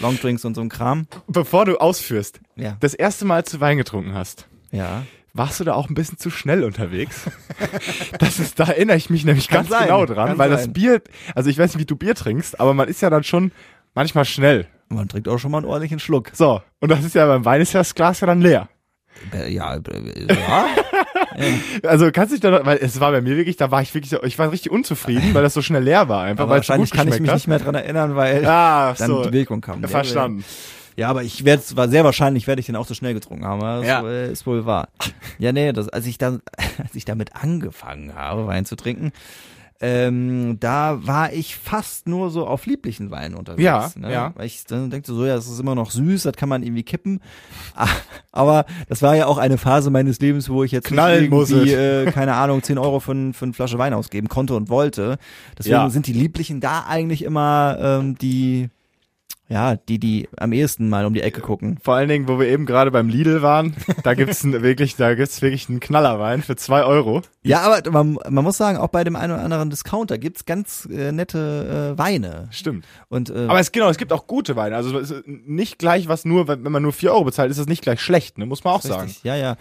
Speaker 3: Longdrinks und so ein Kram.
Speaker 4: Bevor du ausführst,
Speaker 3: Ja.
Speaker 4: das erste Mal, als du Wein getrunken hast,
Speaker 3: ja.
Speaker 4: warst du da auch ein bisschen zu schnell unterwegs? das ist, da erinnere ich mich nämlich
Speaker 3: Kann
Speaker 4: ganz
Speaker 3: sein,
Speaker 4: genau dran,
Speaker 3: kann
Speaker 4: weil das
Speaker 3: sein.
Speaker 4: Bier, also ich weiß nicht, wie du Bier trinkst, aber man ist ja dann schon manchmal schnell.
Speaker 3: Man trinkt auch schon mal einen ordentlichen Schluck.
Speaker 4: So, und das ist ja beim Wein ist ja das Glas ja dann leer.
Speaker 3: Äh, Ja, äh, ja.
Speaker 4: Also kannst du dich da noch, weil es war bei mir wirklich, da war ich wirklich, so- ich war richtig unzufrieden, weil das so schnell leer war einfach,
Speaker 3: aber
Speaker 4: weil es so
Speaker 3: wahrscheinlich
Speaker 4: gut
Speaker 3: kann ich mich
Speaker 4: geschmeckt
Speaker 3: nicht mehr dran erinnern, weil
Speaker 4: hat. Ah,
Speaker 3: dann
Speaker 4: so.
Speaker 3: die Wirkung kam.
Speaker 4: Verstanden.
Speaker 3: Ja, aber ich werde zwar sehr wahrscheinlich werde ich den auch so schnell getrunken haben, aber das
Speaker 4: Ja.
Speaker 3: äh, ist wohl wahr. Ja, nee, das, als ich dann, als ich damit angefangen habe, Wein zu trinken, ähm, da war ich fast nur so auf lieblichen Wein unterwegs.
Speaker 4: Ja,
Speaker 3: ne?
Speaker 4: ja.
Speaker 3: Weil ich dann denkte so, ja, das ist immer noch süß, das kann man irgendwie kippen. Ah, Aber das war ja auch eine Phase meines Lebens, wo ich jetzt
Speaker 4: Knallen
Speaker 3: nicht
Speaker 4: muss
Speaker 3: irgendwie,
Speaker 4: es.
Speaker 3: äh, keine Ahnung, 10 Euro für, ein- für eine Flasche Wein ausgeben konnte und wollte. Deswegen
Speaker 4: Ja.
Speaker 3: sind die Lieblichen da eigentlich immer ähm, die, ja, die, die am ehesten mal um die Ecke gucken.
Speaker 4: Vor allen Dingen, wo wir eben gerade beim Lidl waren, da gibt's einen, wirklich, da gibt's wirklich einen Knallerwein für zwei Euro.
Speaker 3: Ja, aber man, man muss sagen, auch bei dem einen oder anderen Discounter gibt's ganz äh, nette äh, Weine.
Speaker 4: Stimmt.
Speaker 3: Und äh,
Speaker 4: Aber es, genau, es gibt auch gute Weine. Also es ist nicht gleich was nur, wenn wenn man nur vier Euro bezahlt, ist das nicht gleich schlecht, ne? muss man auch sagen.
Speaker 3: Richtig, ja, ja.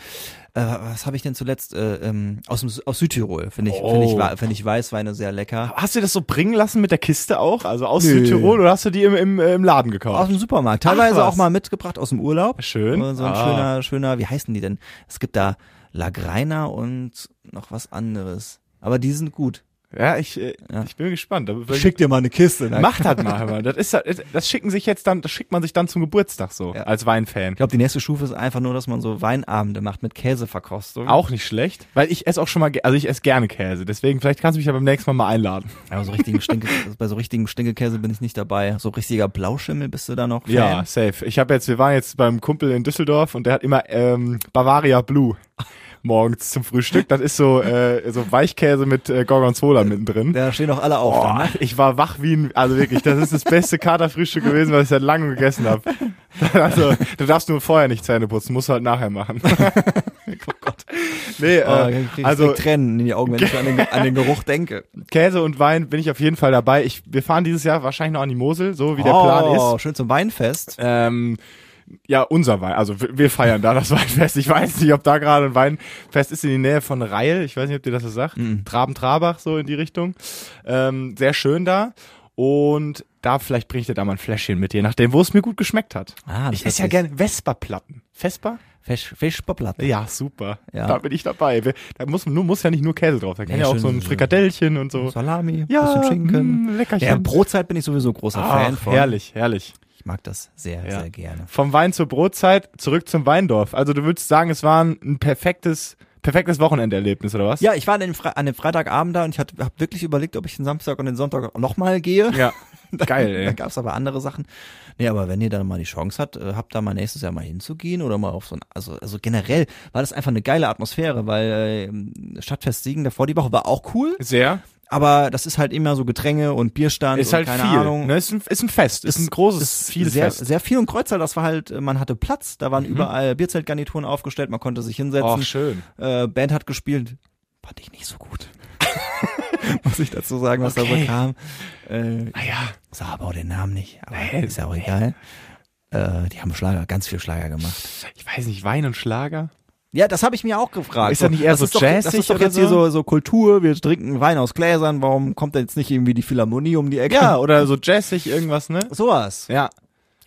Speaker 3: Äh, was habe ich denn zuletzt? Äh, ähm, aus, dem, aus Südtirol finde ich,
Speaker 4: Oh.
Speaker 3: finde ich, Wa- finde ich Weißweine sehr lecker.
Speaker 4: Hast du das so bringen lassen mit der Kiste auch? Also aus
Speaker 3: Nö.
Speaker 4: Südtirol oder hast du die im, im, äh, im Laden gekauft?
Speaker 3: Aus dem Supermarkt. Teilweise
Speaker 4: Ach, was.
Speaker 3: auch mal mitgebracht aus dem Urlaub.
Speaker 4: Schön.
Speaker 3: Äh, So ein
Speaker 4: Ah.
Speaker 3: schöner, schöner, wie heißen die denn? Es gibt da Lagreiner und noch was anderes. Aber die sind gut.
Speaker 4: Ja, ich, äh,
Speaker 3: Ja.
Speaker 4: ich bin gespannt. Da-
Speaker 3: dir mal eine Kiste. Ich
Speaker 4: Mach das halt mal, hör mal. Das ist ja- das schicken sich jetzt dann, das schickt man sich dann zum Geburtstag so
Speaker 3: Ja.
Speaker 4: als Weinfan.
Speaker 3: glaube, die nächste Stufe ist einfach nur, dass man so Weinabende macht mit Käseverkostung.
Speaker 4: Auch nicht schlecht, weil ich esse auch schon mal, ge- also ich esse gerne Käse, deswegen vielleicht kannst du mich ja beim nächsten Mal mal einladen.
Speaker 3: Aber so richtigen Stinke, bei so richtigen Stinkekäse bin ich nicht dabei. So richtiger Blauschimmel bist du da noch Fan?
Speaker 4: Ja, safe. Ich habe jetzt, wir waren jetzt beim Kumpel in Düsseldorf und der hat immer ähm, Bavaria Blue morgens zum Frühstück. Das ist so äh, so Weichkäse mit äh, Gorgonzola mittendrin.
Speaker 3: Da stehen auch alle auf. dann,
Speaker 4: Boah,
Speaker 3: ne?
Speaker 4: ich war wach wie ein, also wirklich, das ist das beste Katerfrühstück gewesen, was ich seit langem gegessen habe. Also, du darfst nur vorher nicht Zähne putzen, musst du halt nachher machen.
Speaker 3: Oh Gott.
Speaker 4: Nee,
Speaker 3: Oh,
Speaker 4: äh,
Speaker 3: ich krieg
Speaker 4: also
Speaker 3: direkt Tränen in die Augen, wenn ich an den, an den Geruch denke.
Speaker 4: Käse und Wein bin ich auf jeden Fall dabei. Ich, wir fahren dieses Jahr wahrscheinlich noch an die Mosel, so wie der Plan ist.
Speaker 3: Oh, Schön zum Weinfest.
Speaker 4: Ähm, ja, unser Wein. Also wir wir feiern da das Weinfest. Ich weiß nicht, ob da gerade ein Weinfest ist in die Nähe von
Speaker 3: Mhm.
Speaker 4: Reil. Ich weiß nicht, ob dir das was sagt. Traben-Trabach, so in die Richtung. Ähm, sehr schön da. Und da vielleicht bringe ich dir da mal ein Fläschchen mit, je nachdem, wo es mir gut geschmeckt hat.
Speaker 3: Ah, das
Speaker 4: ich esse
Speaker 3: hört
Speaker 4: ja
Speaker 3: sich-
Speaker 4: gerne Vespa-Platten. Vespa?
Speaker 3: Fisch, Fischpoplatte.
Speaker 4: Ja, super.
Speaker 3: Ja.
Speaker 4: Da bin ich dabei. Wir- Da muss, nur, muss ja nicht nur Käse drauf, da kann
Speaker 3: Nee,
Speaker 4: ja auch
Speaker 3: schön
Speaker 4: so ein
Speaker 3: so-
Speaker 4: Frikadellchen und so.
Speaker 3: Salami,
Speaker 4: Ja, mm,
Speaker 3: bisschen Schinken.
Speaker 4: mh, Leckerchen.
Speaker 3: Ja, Brotzeit bin ich sowieso großer Fan
Speaker 4: Ach,
Speaker 3: von.
Speaker 4: Ah, herrlich, herrlich.
Speaker 3: Ich mag das sehr,
Speaker 4: Ja.
Speaker 3: sehr gerne.
Speaker 4: Vom Wein zur Brotzeit, zurück zum Weindorf. Also du würdest sagen, es war ein- ein perfektes, perfektes Wochenenderlebnis, oder was?
Speaker 3: Ja, ich war an dem, Fre an dem Freitagabend da und ich habe wirklich überlegt, ob ich den Samstag und den Sonntag nochmal gehe.
Speaker 4: Ja. Geil,
Speaker 3: Da
Speaker 4: ey.
Speaker 3: gab's aber andere Sachen. Nee, aber wenn ihr dann mal die Chance habt, äh, habt da mal nächstes Jahr mal hinzugehen oder mal auf so ein, also, also generell war das einfach eine geile Atmosphäre, weil äh, Stadtfest Siegen davor die Woche war auch cool,
Speaker 4: Sehr.
Speaker 3: aber das ist halt immer so Getränke und Bierstand
Speaker 4: Ist
Speaker 3: und
Speaker 4: halt
Speaker 3: keine
Speaker 4: viel.
Speaker 3: Ahnung.
Speaker 4: Ne? Ist, ein, ist ein Fest. Ist, ein großes, viel
Speaker 3: sehr,
Speaker 4: Fest. Mhm.
Speaker 3: sehr viel und Kreuzer, das war halt, äh, man hatte Platz, da waren überall Bierzeltgarnituren aufgestellt, man konnte sich hinsetzen.
Speaker 4: Och, schön.
Speaker 3: Äh, Band hat gespielt, fand ich nicht so gut. Muss ich dazu sagen, was da
Speaker 4: Okay.
Speaker 3: so kam. Äh,
Speaker 4: Naja,
Speaker 3: sag aber auch den Namen nicht, aber
Speaker 4: Nee.
Speaker 3: ist ja auch egal. Äh, die haben Schlager, ganz viel Schlager gemacht.
Speaker 4: ich weiß nicht, Wein und Schlager?
Speaker 3: Ja, das habe ich mir auch gefragt.
Speaker 4: Ist das nicht eher so
Speaker 3: ist doch, Das
Speaker 4: jazzig
Speaker 3: ist doch
Speaker 4: oder
Speaker 3: jetzt hier
Speaker 4: so?
Speaker 3: so, so Kultur, wir trinken Wein aus Gläsern, warum kommt da jetzt nicht irgendwie die Philharmonie um die Ecke?
Speaker 4: Ja, oder so jazzig irgendwas, ne?
Speaker 3: Sowas.
Speaker 4: Ja.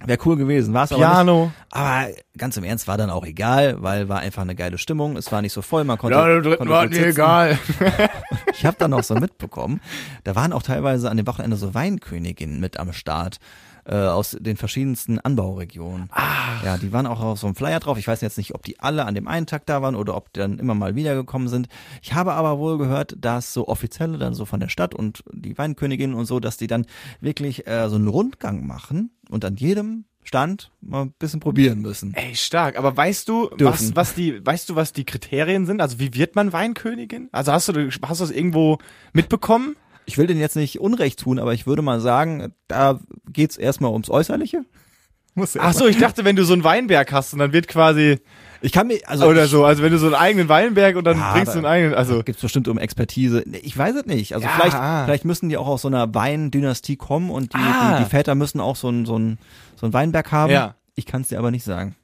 Speaker 3: Wäre cool gewesen, war's aber nicht.
Speaker 4: Piano.
Speaker 3: Aber ganz im Ernst war dann auch egal, weil war einfach eine geile Stimmung. Es war nicht so voll, man konnte. konnte gut sitzen. Ich habe dann auch so mitbekommen, da waren auch teilweise an dem Wochenende so Weinköniginnen mit am Start äh, aus den verschiedensten Anbauregionen. Ja, die waren auch auf so einem Flyer drauf. Ich weiß jetzt nicht, ob die alle an dem einen Tag da waren oder ob die dann immer mal wiedergekommen sind. Ich habe aber wohl gehört, dass so Offizielle dann so von der Stadt und die Weinköniginnen und so, dass die dann wirklich äh, so einen Rundgang machen und an jedem Stand mal ein bisschen probieren müssen.
Speaker 4: Ey, stark. Aber weißt du, was,
Speaker 3: Dürfen.
Speaker 4: was die, weißt du, was die Kriterien sind? Also wie wird man Weinkönigin? Also hast du, hast du das irgendwo mitbekommen?
Speaker 3: Ich will denen jetzt nicht Unrecht tun, aber ich würde mal sagen, da geht's erstmal ums Äußerliche. Muss
Speaker 4: Ach so, ich dachte, wenn du so einen Weinberg hast und dann wird quasi
Speaker 3: Ich kann mir, also
Speaker 4: oder
Speaker 3: ich,
Speaker 4: so, also wenn du so einen eigenen Weinberg und dann
Speaker 3: Ja,
Speaker 4: bringst du einen
Speaker 3: aber-
Speaker 4: eigenen, also
Speaker 3: gibt's bestimmt um Expertise. Nee, Ich weiß es nicht. Also
Speaker 4: Ja.
Speaker 3: vielleicht, vielleicht müssen die auch aus so einer Weindynastie kommen und die,
Speaker 4: Ah.
Speaker 3: die, die Väter müssen auch so einen so einen- so einen Weinberg haben.
Speaker 4: Ja.
Speaker 3: Ich kann's dir aber nicht sagen.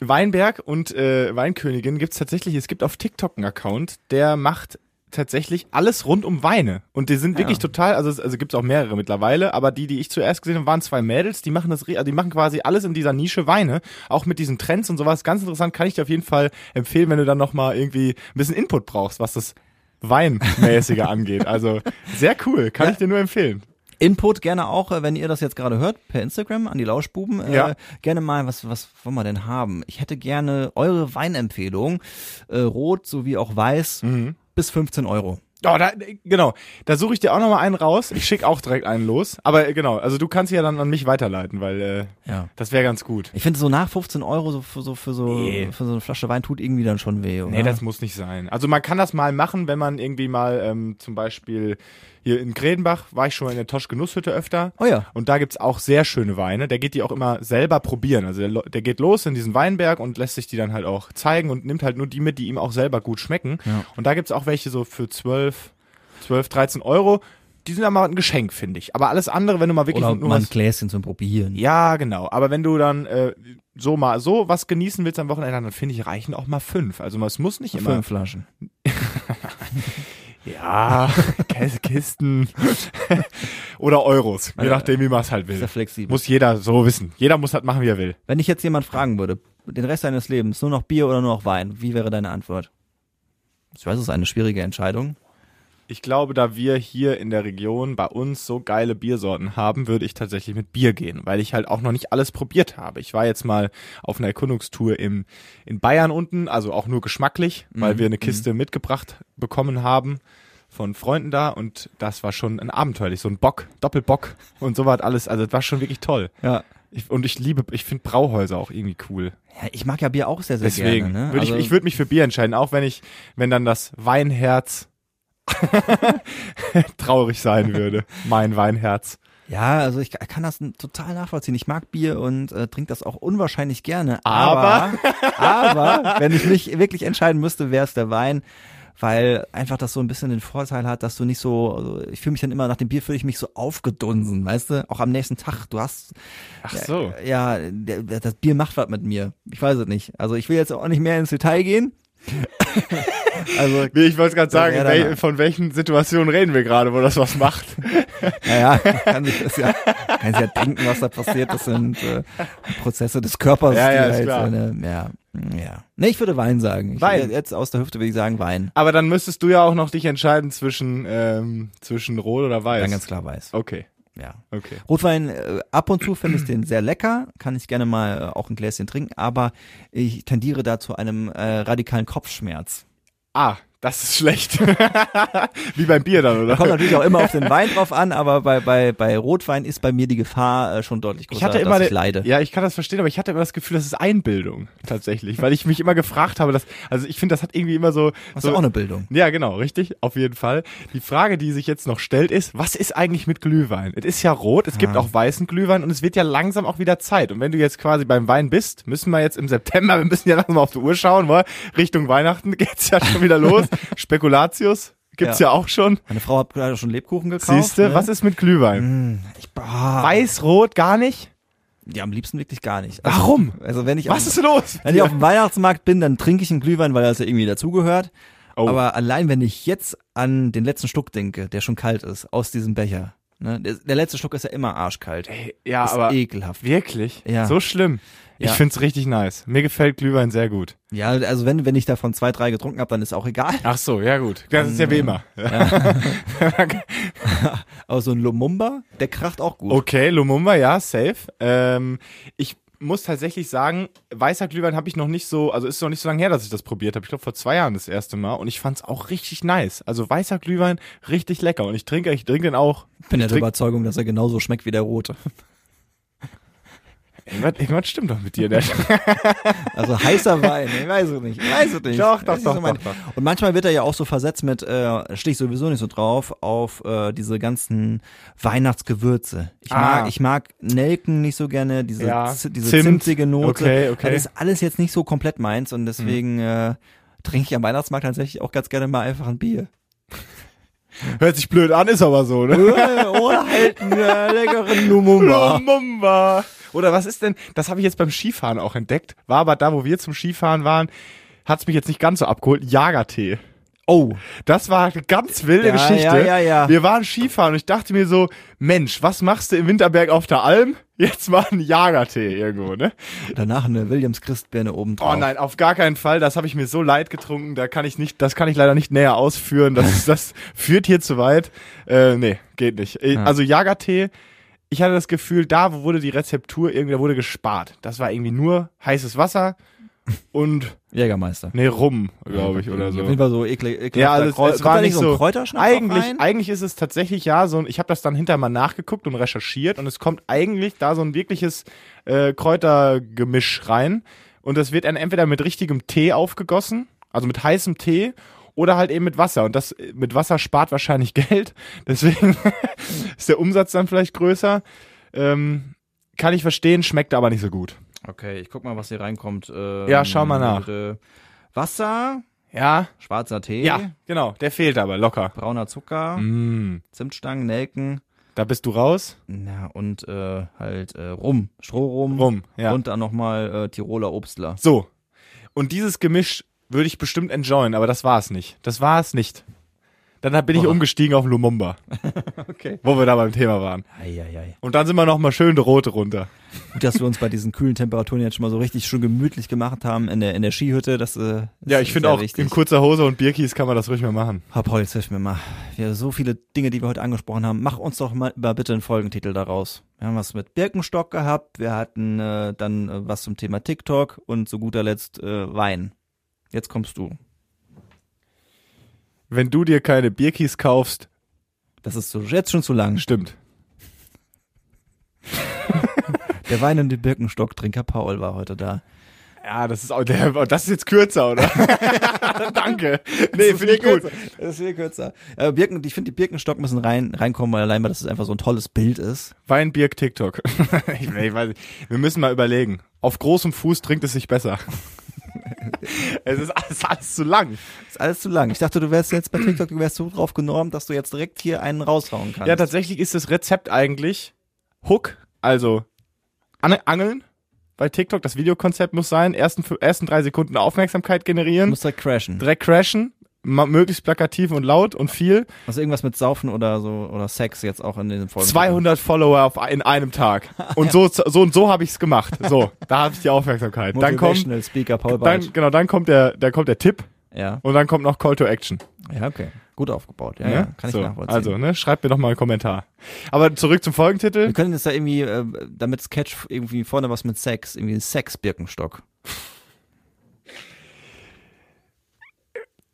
Speaker 4: Weinberg und äh, Weinkönigin gibt's tatsächlich, es gibt auf TikTok einen Account, der macht tatsächlich alles rund um Weine. Und die sind wirklich total, also, es- also gibt's auch mehrere mittlerweile, aber die, die ich zuerst gesehen habe, waren zwei Mädels, die machen das, re- also die machen quasi alles in dieser Nische Weine, auch mit diesen Trends und sowas. Ganz interessant, kann ich dir auf jeden Fall empfehlen, wenn du dann nochmal irgendwie ein bisschen Input brauchst, was das Weinmäßige angeht. Also sehr cool, kann ich dir nur empfehlen.
Speaker 3: Input gerne auch, äh, wenn ihr das jetzt gerade hört, per Instagram an die Lauschbuben. Äh,
Speaker 4: Ja.
Speaker 3: Gerne mal, was, was wollen wir denn haben? Ich hätte gerne eure Weinempfehlung, äh, rot sowie auch weiß,
Speaker 4: Mhm.
Speaker 3: bis 15 Euro.
Speaker 4: Oh, da, genau. Da suche ich dir auch nochmal einen raus. Ich schicke auch direkt einen los. Aber äh, genau, also du kannst sie ja dann an mich weiterleiten, weil äh,
Speaker 3: Ja.
Speaker 4: das wäre ganz gut.
Speaker 3: Ich finde, so nach 15 Euro so für so, für so,
Speaker 4: Nee.
Speaker 3: für so eine Flasche Wein tut irgendwie dann schon weh, oder?
Speaker 4: Nee, das muss nicht sein. Also man kann das mal machen, wenn man irgendwie mal ähm, zum Beispiel hier in Gredenbach war ich schon mal in der Tosch-Genusshütte öfter.
Speaker 3: Oh ja.
Speaker 4: Und da gibt's auch sehr schöne Weine. Der geht die auch immer selber probieren. Also der, lo- der geht los in diesen Weinberg und lässt sich die dann halt auch zeigen und nimmt halt nur die mit, die ihm auch selber gut schmecken.
Speaker 3: Ja.
Speaker 4: Und da gibt's auch welche so für 12, 12, 13 Euro. Die sind aber ein Geschenk, finde ich. Aber alles andere, wenn du mal wirklich
Speaker 3: oder
Speaker 4: nur
Speaker 3: mal ein
Speaker 4: was-
Speaker 3: Gläschen zum Probieren.
Speaker 4: ja, genau. Aber wenn du dann äh, so mal so was genießen willst am Wochenende, dann finde ich, reichen auch mal fünf. Also es muss nicht immer
Speaker 3: Fünf Flaschen.
Speaker 4: Ja, Käs- Kisten oder Euros, je nachdem, wie man es halt
Speaker 3: Sehr
Speaker 4: will.
Speaker 3: flexibel.
Speaker 4: Muss jeder so wissen. Jeder muss halt machen, wie er will.
Speaker 3: Wenn ich jetzt jemand fragen würde, den Rest deines Lebens, nur noch Bier oder nur noch Wein, wie wäre deine Antwort? Ich weiß, es ist eine schwierige Entscheidung.
Speaker 4: Ich glaube, da wir hier in der Region bei uns so geile Biersorten haben, würde ich tatsächlich mit Bier gehen, weil ich halt auch noch nicht alles probiert habe. Ich war jetzt mal auf einer Erkundungstour im, in Bayern unten, also auch nur geschmacklich, weil wir eine Kiste mitgebracht bekommen haben von Freunden da und das war schon ein abenteuerlich, so ein Bock, Doppelbock und so was alles. Also das war schon wirklich toll.
Speaker 3: Ja.
Speaker 4: Ich, und ich liebe, ich finde Brauhäuser auch irgendwie cool.
Speaker 3: Ich mag ja Bier auch sehr, sehr
Speaker 4: Deswegen
Speaker 3: gerne. Ne?
Speaker 4: würde ich,
Speaker 3: Also,
Speaker 4: ich würde mich für Bier entscheiden, auch wenn ich, wenn dann das Weinherz traurig sein würde. Mein Weinherz.
Speaker 3: ja, also ich kann das n- total nachvollziehen. Ich mag Bier und äh, trinke das auch unwahrscheinlich gerne.
Speaker 4: Aber-
Speaker 3: aber, aber wenn ich mich wirklich entscheiden müsste, wäre es der Wein. Weil einfach das so ein bisschen den Vorteil hat, dass du nicht so, also ich fühle mich dann immer, nach dem Bier fühle ich mich so aufgedunsen, weißt du? Auch am nächsten Tag, du hast
Speaker 4: Ach
Speaker 3: Ja, der, der, das Bier macht was mit mir. Ich weiß es nicht. Also ich will jetzt auch nicht mehr ins Detail gehen. Also,
Speaker 4: Nee, ich wollte gerade sagen,
Speaker 3: Ja,
Speaker 4: wel-
Speaker 3: danach.
Speaker 4: von welchen Situationen reden wir gerade, wo das was macht.
Speaker 3: naja, kann sich das ja, kann sich ja denken, was da passiert. Das sind äh, Prozesse des Körpers.
Speaker 4: Ja, ja,
Speaker 3: die
Speaker 4: ist
Speaker 3: halt,
Speaker 4: klar.
Speaker 3: Eine, ja, ja. Nee, ich würde Wein sagen. Ich,
Speaker 4: Wein.
Speaker 3: Jetzt aus der Hüfte würde ich sagen Wein.
Speaker 4: Aber dann müsstest du ja auch noch dich entscheiden zwischen, ähm, zwischen Rot oder Weiß.
Speaker 3: Dann ganz klar Weiß.
Speaker 4: Okay,
Speaker 3: Ja.
Speaker 4: okay.
Speaker 3: Rotwein, äh, ab und zu finde ich den sehr lecker, kann ich gerne mal äh, auch ein Gläschen trinken, aber ich tendiere da zu einem äh, radikalen Kopfschmerz.
Speaker 4: Ah, das ist schlecht. Wie beim Bier dann, oder?
Speaker 3: Kommt natürlich auch immer auf den Wein drauf an, aber bei, bei, bei Rotwein ist bei mir die Gefahr äh, schon deutlich größer,
Speaker 4: ich hatte immer
Speaker 3: dass ich
Speaker 4: den-
Speaker 3: leide.
Speaker 4: Ja, ich kann das verstehen, aber ich hatte immer das Gefühl, das ist Einbildung tatsächlich, weil ich mich immer gefragt habe, dass also ich finde, das hat irgendwie immer so
Speaker 3: Hast
Speaker 4: so
Speaker 3: du auch eine Bildung?
Speaker 4: Ja, genau, richtig, auf jeden Fall. Die Frage, die sich jetzt noch stellt, ist, was ist eigentlich mit Glühwein? Es ist ja rot, es
Speaker 3: Ah.
Speaker 4: gibt auch weißen Glühwein und es wird ja langsam auch wieder Zeit. Und wenn du jetzt quasi beim Wein bist, müssen wir jetzt im September, wir müssen ja langsam auf die Uhr schauen, weil Richtung Weihnachten geht's ja schon wieder los. Spekulatius gibt's ja.
Speaker 3: Ja.
Speaker 4: auch schon.
Speaker 3: Meine Frau hat gerade schon Lebkuchen gekauft.
Speaker 4: Siehste,
Speaker 3: ne?
Speaker 4: was ist mit Glühwein?
Speaker 3: Ich, boah,
Speaker 4: Weiß-rot gar nicht?
Speaker 3: Ja, am liebsten wirklich gar nicht. Also,
Speaker 4: Warum?
Speaker 3: Also wenn ich
Speaker 4: Was
Speaker 3: auf,
Speaker 4: ist los?
Speaker 3: wenn ich auf dem Weihnachtsmarkt bin, dann trinke ich einen Glühwein, weil das ja irgendwie dazugehört.
Speaker 4: Oh.
Speaker 3: Aber allein wenn ich jetzt an den letzten Schluck denke, der schon kalt ist, aus diesem Becher. Ne? Der, der letzte Schluck ist ja immer arschkalt.
Speaker 4: ja,
Speaker 3: Äh, ist
Speaker 4: aber
Speaker 3: ekelhaft.
Speaker 4: wirklich?
Speaker 3: Ja.
Speaker 4: So schlimm? Ich
Speaker 3: Ja.
Speaker 4: find's richtig nice. Mir gefällt Glühwein sehr gut.
Speaker 3: Ja, also wenn, wenn ich davon zwei, drei getrunken habe, dann ist auch egal.
Speaker 4: Ach so, ja gut. äh, Das ist ja wie immer.
Speaker 3: Aber so ein Lumumba, der kracht auch gut.
Speaker 4: Okay, Lumumba, ja, safe. Ähm, ich muss tatsächlich sagen, weißer Glühwein habe ich noch nicht so, also ist noch nicht so lange her, dass ich das probiert habe. Ich glaube vor zwei Jahren das erste Mal und ich fand's auch richtig nice. Also weißer Glühwein richtig lecker und ich trinke, ich trinke den auch.
Speaker 3: Ich bin ja der
Speaker 4: trink-
Speaker 3: Überzeugung, dass er genauso schmeckt wie der rote.
Speaker 4: Irgendwas, irgendwas stimmt doch mit dir. Der
Speaker 3: Also heißer Wein, ich weiß es nicht, ich weiß es nicht.
Speaker 4: Doch, doch,
Speaker 3: Das ist so
Speaker 4: doch,
Speaker 3: mein-
Speaker 4: doch, doch.
Speaker 3: Und manchmal wird er ja auch so versetzt mit, äh, stehe ich sowieso nicht so drauf, auf äh, diese ganzen Weihnachtsgewürze. Ich,
Speaker 4: Ah.
Speaker 3: mag, ich mag Nelken nicht so gerne, diese,
Speaker 4: Ja,
Speaker 3: Z- diese
Speaker 4: Zimt.
Speaker 3: zimtige Note.
Speaker 4: Okay, okay. Mhm.
Speaker 3: Das ist alles jetzt nicht so komplett meins und deswegen äh, trinke ich am Weihnachtsmarkt tatsächlich auch ganz gerne mal einfach ein Bier.
Speaker 4: hört sich blöd an, ist aber so, ne?
Speaker 3: Oder halt einen äh, leckeren Lumumba.
Speaker 4: Lumumba. Oder was ist denn, das habe ich jetzt beim Skifahren auch entdeckt, war aber da, wo wir zum Skifahren waren, hat's mich jetzt nicht ganz so abgeholt, Jagertee.
Speaker 3: Oh,
Speaker 4: Das war eine ganz wilde
Speaker 3: Ja,
Speaker 4: Geschichte.
Speaker 3: ja, ja, ja.
Speaker 4: Wir waren Skifahren und ich dachte mir so, Mensch, was machst du im Winterberg auf der Alm? Jetzt mal einen Jagertee irgendwo, ne?
Speaker 3: danach eine Williams-Christbirne obendrauf.
Speaker 4: Oh nein, auf gar keinen Fall. Das habe ich mir so leid getrunken. Da kann ich nicht, das kann ich leider nicht näher ausführen. Das, das führt hier zu weit. Äh, nee, geht nicht. Äh, Also Jagertee, ich hatte das Gefühl, da wurde die Rezeptur irgendwie, da wurde gespart. Das war irgendwie nur heißes Wasser und
Speaker 3: Jägermeister.
Speaker 4: nee, rum, glaube ich, oder so.
Speaker 3: Auf jeden Fall so eklig. ekelhafter
Speaker 4: Ja, also
Speaker 3: Kreu-
Speaker 4: es, es
Speaker 3: Kommt
Speaker 4: war
Speaker 3: da
Speaker 4: nicht
Speaker 3: so
Speaker 4: so.
Speaker 3: ein Kräuterschnaps auch
Speaker 4: eigentlich,
Speaker 3: rein?
Speaker 4: eigentlich ist es tatsächlich ja so ein. Ich habe das dann hinterher mal nachgeguckt und recherchiert und es kommt eigentlich da so ein wirkliches äh, Kräutergemisch rein und das wird dann entweder mit richtigem Tee aufgegossen, also mit heißem Tee. Oder halt eben mit Wasser. Und das äh, mit Wasser spart wahrscheinlich Geld. Deswegen ist der Umsatz dann vielleicht größer. Ähm, kann ich verstehen, schmeckt aber nicht so gut.
Speaker 3: Okay, ich guck mal, was hier reinkommt. Ähm,
Speaker 4: Ja, schau mal nach.
Speaker 3: äh, Wasser,
Speaker 4: Ja.
Speaker 3: schwarzer Tee,
Speaker 4: Ja, genau. Der fehlt aber locker.
Speaker 3: brauner Zucker,
Speaker 4: Mm,
Speaker 3: Zimtstangen, Nelken
Speaker 4: da bist du raus.
Speaker 3: na, und äh, halt äh, Rum, Strohrum
Speaker 4: Rum. Ja.
Speaker 3: und dann nochmal äh, Tiroler Obstler.
Speaker 4: So. Und dieses Gemisch würde ich bestimmt enjoyen, aber das war es nicht. Das war es nicht. Dann bin ich
Speaker 3: Boah.
Speaker 4: umgestiegen auf Lumumba,
Speaker 3: Okay.
Speaker 4: wo wir da beim Thema waren.
Speaker 3: Eieiei.
Speaker 4: Und dann sind wir nochmal schön die rote runter.
Speaker 3: Gut, dass wir uns bei diesen kühlen Temperaturen jetzt schon mal so richtig schön gemütlich gemacht haben in der, in der Skihütte. Das, äh, ist
Speaker 4: Ja, ich finde
Speaker 3: sehr
Speaker 4: auch,
Speaker 3: wichtig.
Speaker 4: in kurzer Hose und Bierkies kann man das ruhig mal machen.
Speaker 3: Herr Paul, jetzt hilf mir mal. Wir so viele Dinge, die wir heute angesprochen haben. Mach uns doch mal, mal bitte einen Folgentitel daraus. Wir haben was mit Birkenstock gehabt, wir hatten äh, dann äh, was zum Thema TikTok und zu guter Letzt äh, Wein. Jetzt kommst du.
Speaker 4: Wenn du dir keine Bierkies kaufst,
Speaker 3: Das ist so, jetzt schon zu lang.
Speaker 4: stimmt.
Speaker 3: Der weinende Birkenstocktrinker Paul war heute da.
Speaker 4: Ja, das ist auch, der, oh, das ist jetzt kürzer, oder? Danke. Nee, finde ich gut.
Speaker 3: Das ist viel kürzer. Äh, Birken, ich finde, die Birkenstock müssen rein, reinkommen, weil allein, weil das einfach so ein tolles Bild ist.
Speaker 4: Wein, Bier, TikTok. ich, ich weiß nicht. Wir müssen mal überlegen. Auf großem Fuß trinkt es sich besser. es ist alles, alles zu lang.
Speaker 3: Ist alles zu lang. Ich dachte, du wärst jetzt bei TikTok, du wärst so drauf genormt, dass du jetzt direkt hier einen raushauen kannst.
Speaker 4: Ja, tatsächlich ist das Rezept eigentlich Hook, also an Angeln, bei TikTok. Das Videokonzept muss sein, ersten, fü- ersten drei Sekunden Aufmerksamkeit generieren,
Speaker 3: Muss da halt crashen.
Speaker 4: direkt crashen, ma- möglichst plakativ und laut und viel.
Speaker 3: Also irgendwas mit Saufen oder so oder Sex jetzt auch in den Folgen.
Speaker 4: 200 Follower auf, in einem Tag. Und so, so und so habe ich's gemacht. So, da habe ich die Aufmerksamkeit. Dann kommt,
Speaker 3: Motivational Speaker Paul
Speaker 4: dann,
Speaker 3: Bartsch.
Speaker 4: genau, dann kommt der, dann kommt der Tipp
Speaker 3: Ja.
Speaker 4: und dann kommt noch Call to Action.
Speaker 3: Ja, okay. Gut aufgebaut. Ja,
Speaker 4: ne?
Speaker 3: ja. Kann ich
Speaker 4: so,
Speaker 3: nachvollziehen.
Speaker 4: Also, ne, schreibt mir doch mal einen Kommentar. Aber zurück zum Folgentitel.
Speaker 3: Wir können jetzt da irgendwie, äh, damit Sketch irgendwie vorne was mit Sex, irgendwie Sex Birkenstock.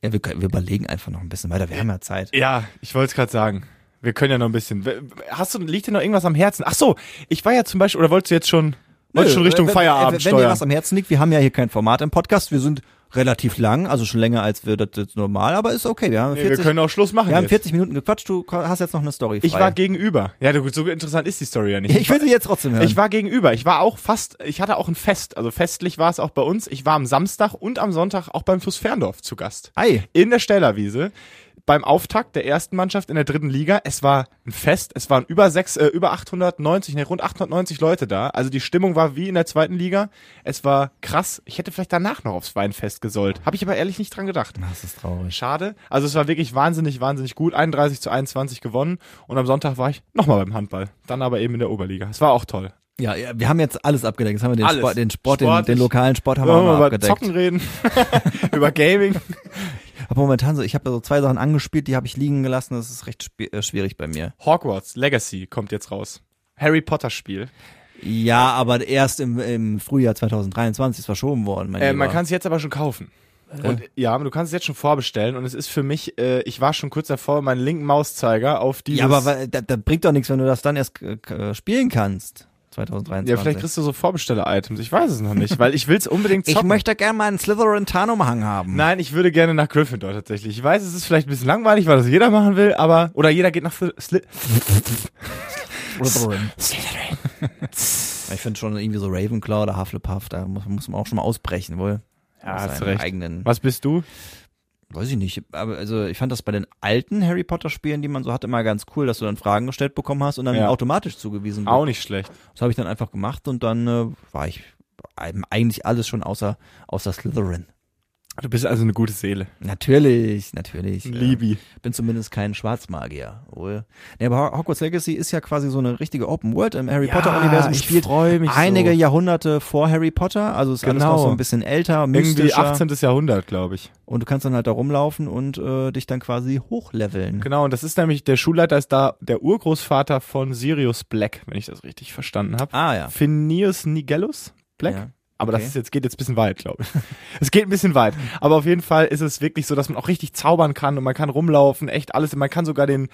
Speaker 3: Ja, wir, können, wir überlegen einfach noch ein bisschen weiter. Wir haben ja Zeit.
Speaker 4: Ja, ich wollte es gerade sagen. Wir können ja noch ein bisschen. W- Hast du, liegt dir noch irgendwas am Herzen? Ach so, ich war ja zum Beispiel, oder wolltest du jetzt schon, wolltest schon Richtung
Speaker 3: wenn,
Speaker 4: Feierabend
Speaker 3: wenn, Wenn dir
Speaker 4: steuern?
Speaker 3: was am Herzen liegt, wir haben ja hier kein Format im Podcast. Wir sind relativ lang, also schon länger als wir das jetzt normal, aber ist okay. Wir haben,
Speaker 4: Nee,
Speaker 3: 40,
Speaker 4: wir können auch Schluss machen.
Speaker 3: wir haben
Speaker 4: jetzt.
Speaker 3: 40 Minuten gequatscht. Du hast jetzt noch eine Story frei.
Speaker 4: ich war gegenüber. Ja, gut, so interessant ist die Story ja nicht.
Speaker 3: ich will sie jetzt trotzdem hören.
Speaker 4: Ich war gegenüber. Ich war auch fast, ich hatte auch ein Fest. Also festlich war es auch bei uns. Ich war am Samstag und am Sonntag auch beim FUS Ferndorf zu Gast.
Speaker 3: Ei.
Speaker 4: In der Stellerwiese. Beim Auftakt der ersten Mannschaft in der dritten Liga. Es war ein Fest. Es waren über sechs, äh, über 890, ne, rund 890 Leute da. Also die Stimmung war wie in der zweiten Liga. Es war krass. Ich hätte vielleicht danach noch aufs Weinfest gesollt. Habe ich aber ehrlich nicht dran gedacht.
Speaker 3: Das ist traurig.
Speaker 4: Schade. Also es war wirklich wahnsinnig, wahnsinnig gut. 31 zu 21 gewonnen. Und am Sonntag war ich nochmal beim Handball. Dann aber eben in der Oberliga. Es war auch toll.
Speaker 3: Ja, ja, wir haben jetzt alles abgedeckt. Jetzt haben wir den
Speaker 4: Alles.
Speaker 3: Sport, den, Sport den, den
Speaker 4: Sportlich.
Speaker 3: lokalen Sport haben wir
Speaker 4: Wollen
Speaker 3: auch mal
Speaker 4: wir mal über
Speaker 3: abgedeckt.
Speaker 4: Zocken reden, über Gaming.
Speaker 3: Aber momentan so, ich habe so zwei Sachen angespielt, die habe ich liegen gelassen. Das ist recht spi- äh, schwierig bei mir.
Speaker 4: Hogwarts Legacy kommt jetzt raus. Harry Potter Spiel.
Speaker 3: Ja, aber erst im, im Frühjahr 2023 ist verschoben worden. Mein
Speaker 4: Äh,
Speaker 3: Lieber.
Speaker 4: man kann es jetzt aber schon kaufen. Und ja, aber du kannst es jetzt schon vorbestellen und es ist für mich, äh, ich war schon kurz davor, meinen linken Mauszeiger auf dieses.
Speaker 3: ja, aber weil- da, da bringt doch nichts, wenn du das dann erst äh, k- äh, spielen kannst. 2023.
Speaker 4: ja, vielleicht kriegst du so Vorbesteller-Items. Ich weiß es noch nicht, weil ich will es unbedingt
Speaker 3: ich
Speaker 4: zocken.
Speaker 3: möchte gerne mal einen Slytherin-Tarnumhang haben.
Speaker 4: Nein, ich würde gerne nach Gryffindor tatsächlich. Ich weiß, es ist vielleicht ein bisschen langweilig, weil das jeder machen will, aber oder jeder geht nach Sly- Sly
Speaker 3: Slytherin. Ich finde schon irgendwie so Ravenclaw oder Hufflepuff, da muss, muss man auch schon mal ausbrechen, wohl.
Speaker 4: Ja,
Speaker 3: Aus
Speaker 4: Ah, hast
Speaker 3: seinem
Speaker 4: recht.
Speaker 3: Eigenen
Speaker 4: Was bist du?
Speaker 3: Weiß ich nicht, aber also ich fand das bei den alten Harry Potter Spielen, die man so hatte, mal ganz cool, dass du dann Fragen gestellt bekommen hast und dann
Speaker 4: Ja.
Speaker 3: automatisch zugewiesen
Speaker 4: Auch
Speaker 3: wurde.
Speaker 4: nicht schlecht.
Speaker 3: Das habe ich dann einfach gemacht und dann äh, war ich ähm, eigentlich alles schon außer außer Slytherin.
Speaker 4: Du bist also eine gute Seele.
Speaker 3: Natürlich, natürlich. äh,
Speaker 4: Libi.
Speaker 3: bin zumindest kein Schwarzmagier. Wohl. Nee, aber Ho- Hogwarts Legacy ist ja quasi so eine richtige Open World im Harry
Speaker 4: Ja,
Speaker 3: Potter Universum
Speaker 4: ich
Speaker 3: spielt
Speaker 4: freu mich so.
Speaker 3: einige Jahrhunderte vor Harry Potter, also ist alles noch
Speaker 4: Genau.
Speaker 3: so ein bisschen älter,
Speaker 4: Irgendwie
Speaker 3: mystischer
Speaker 4: 18. Jahrhundert, glaube ich.
Speaker 3: und du kannst dann halt da rumlaufen und äh, dich dann quasi hochleveln.
Speaker 4: Genau, und das ist nämlich, der Schulleiter ist da der Urgroßvater von Sirius Black, wenn ich das richtig verstanden habe.
Speaker 3: Ah ja.
Speaker 4: Phineas Nigellus Black?
Speaker 3: Ja,
Speaker 4: Aber
Speaker 3: okay.
Speaker 4: das ist jetzt, geht jetzt ein bisschen weit, glaube ich. es geht ein bisschen weit. Aber auf jeden Fall ist es wirklich so, dass man auch richtig zaubern kann und man kann rumlaufen, echt alles. Und man kann sogar den,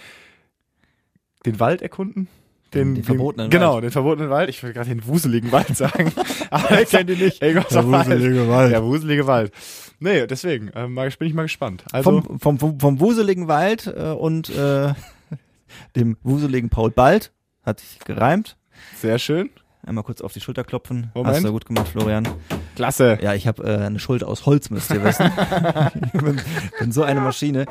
Speaker 4: den Wald erkunden.
Speaker 3: Den- den verbotenen
Speaker 4: Genau,
Speaker 3: Wald.
Speaker 4: den verbotenen Wald. Ich will gerade den wuseligen Wald sagen. Aber ich kenne den nicht. Irgendwas der
Speaker 3: wuselige
Speaker 4: Wald. Der wuselige Wald. Nee, deswegen äh, mal- bin ich mal gespannt. Also,
Speaker 3: vom, vom, vom, vom wuseligen Wald äh, und äh, dem wuseligen Paul Bald. Hat sich gereimt.
Speaker 4: sehr schön.
Speaker 3: Einmal kurz auf die Schulter klopfen.
Speaker 4: Moment.
Speaker 3: Hast du gut gemacht, Florian.
Speaker 4: Klasse.
Speaker 3: Ja, ich habe äh, eine Schulter aus Holz, müsst ihr wissen. ich bin, bin so eine Maschine.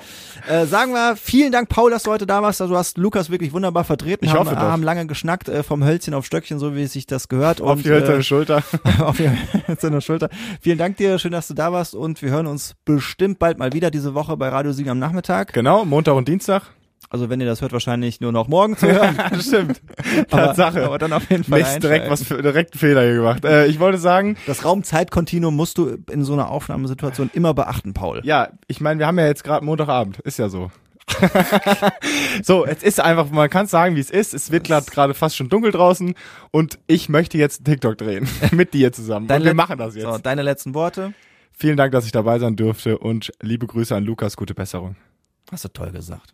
Speaker 3: Äh, sagen wir, vielen Dank, Paul, dass du heute da warst. Also, Du hast Lukas wirklich wunderbar vertreten.
Speaker 4: Ich
Speaker 3: haben,
Speaker 4: hoffe doch.
Speaker 3: haben lange geschnackt äh, vom Hölzchen auf Stöckchen, so wie sich das gehört.
Speaker 4: auf
Speaker 3: und,
Speaker 4: die hölzerne
Speaker 3: äh,
Speaker 4: Schulter.
Speaker 3: auf die hölzerne Schulter. Vielen Dank dir, schön, dass du da warst und wir hören uns bestimmt bald mal wieder diese Woche bei Radio Siegen am Nachmittag.
Speaker 4: Genau, Montag und Dienstag.
Speaker 3: Also wenn ihr das hört, wahrscheinlich nur noch morgen zu hören.
Speaker 4: Stimmt.
Speaker 3: Aber-
Speaker 4: Tatsache.
Speaker 3: Aber dann auf jeden Fall
Speaker 4: Nicht direkt
Speaker 3: einschalten.
Speaker 4: was für direkt einen Fehler hier gemacht. Äh, ich wollte sagen,
Speaker 3: Das Raumzeitkontinuum musst du in so einer Aufnahmesituation immer beachten, Paul.
Speaker 4: ja, ich meine, wir haben ja jetzt gerade Montagabend, ist ja so. so, es ist einfach, man kann sagen, wie es ist. Es wird grad- gerade fast schon dunkel draußen und ich möchte jetzt einen TikTok drehen mit dir zusammen.
Speaker 3: Dein
Speaker 4: Und wir
Speaker 3: Let-
Speaker 4: machen das jetzt.
Speaker 3: So, deine letzten Worte.
Speaker 4: Vielen Dank, dass ich dabei sein durfte und liebe Grüße an Lukas, gute Besserung.
Speaker 3: Hast du toll gesagt.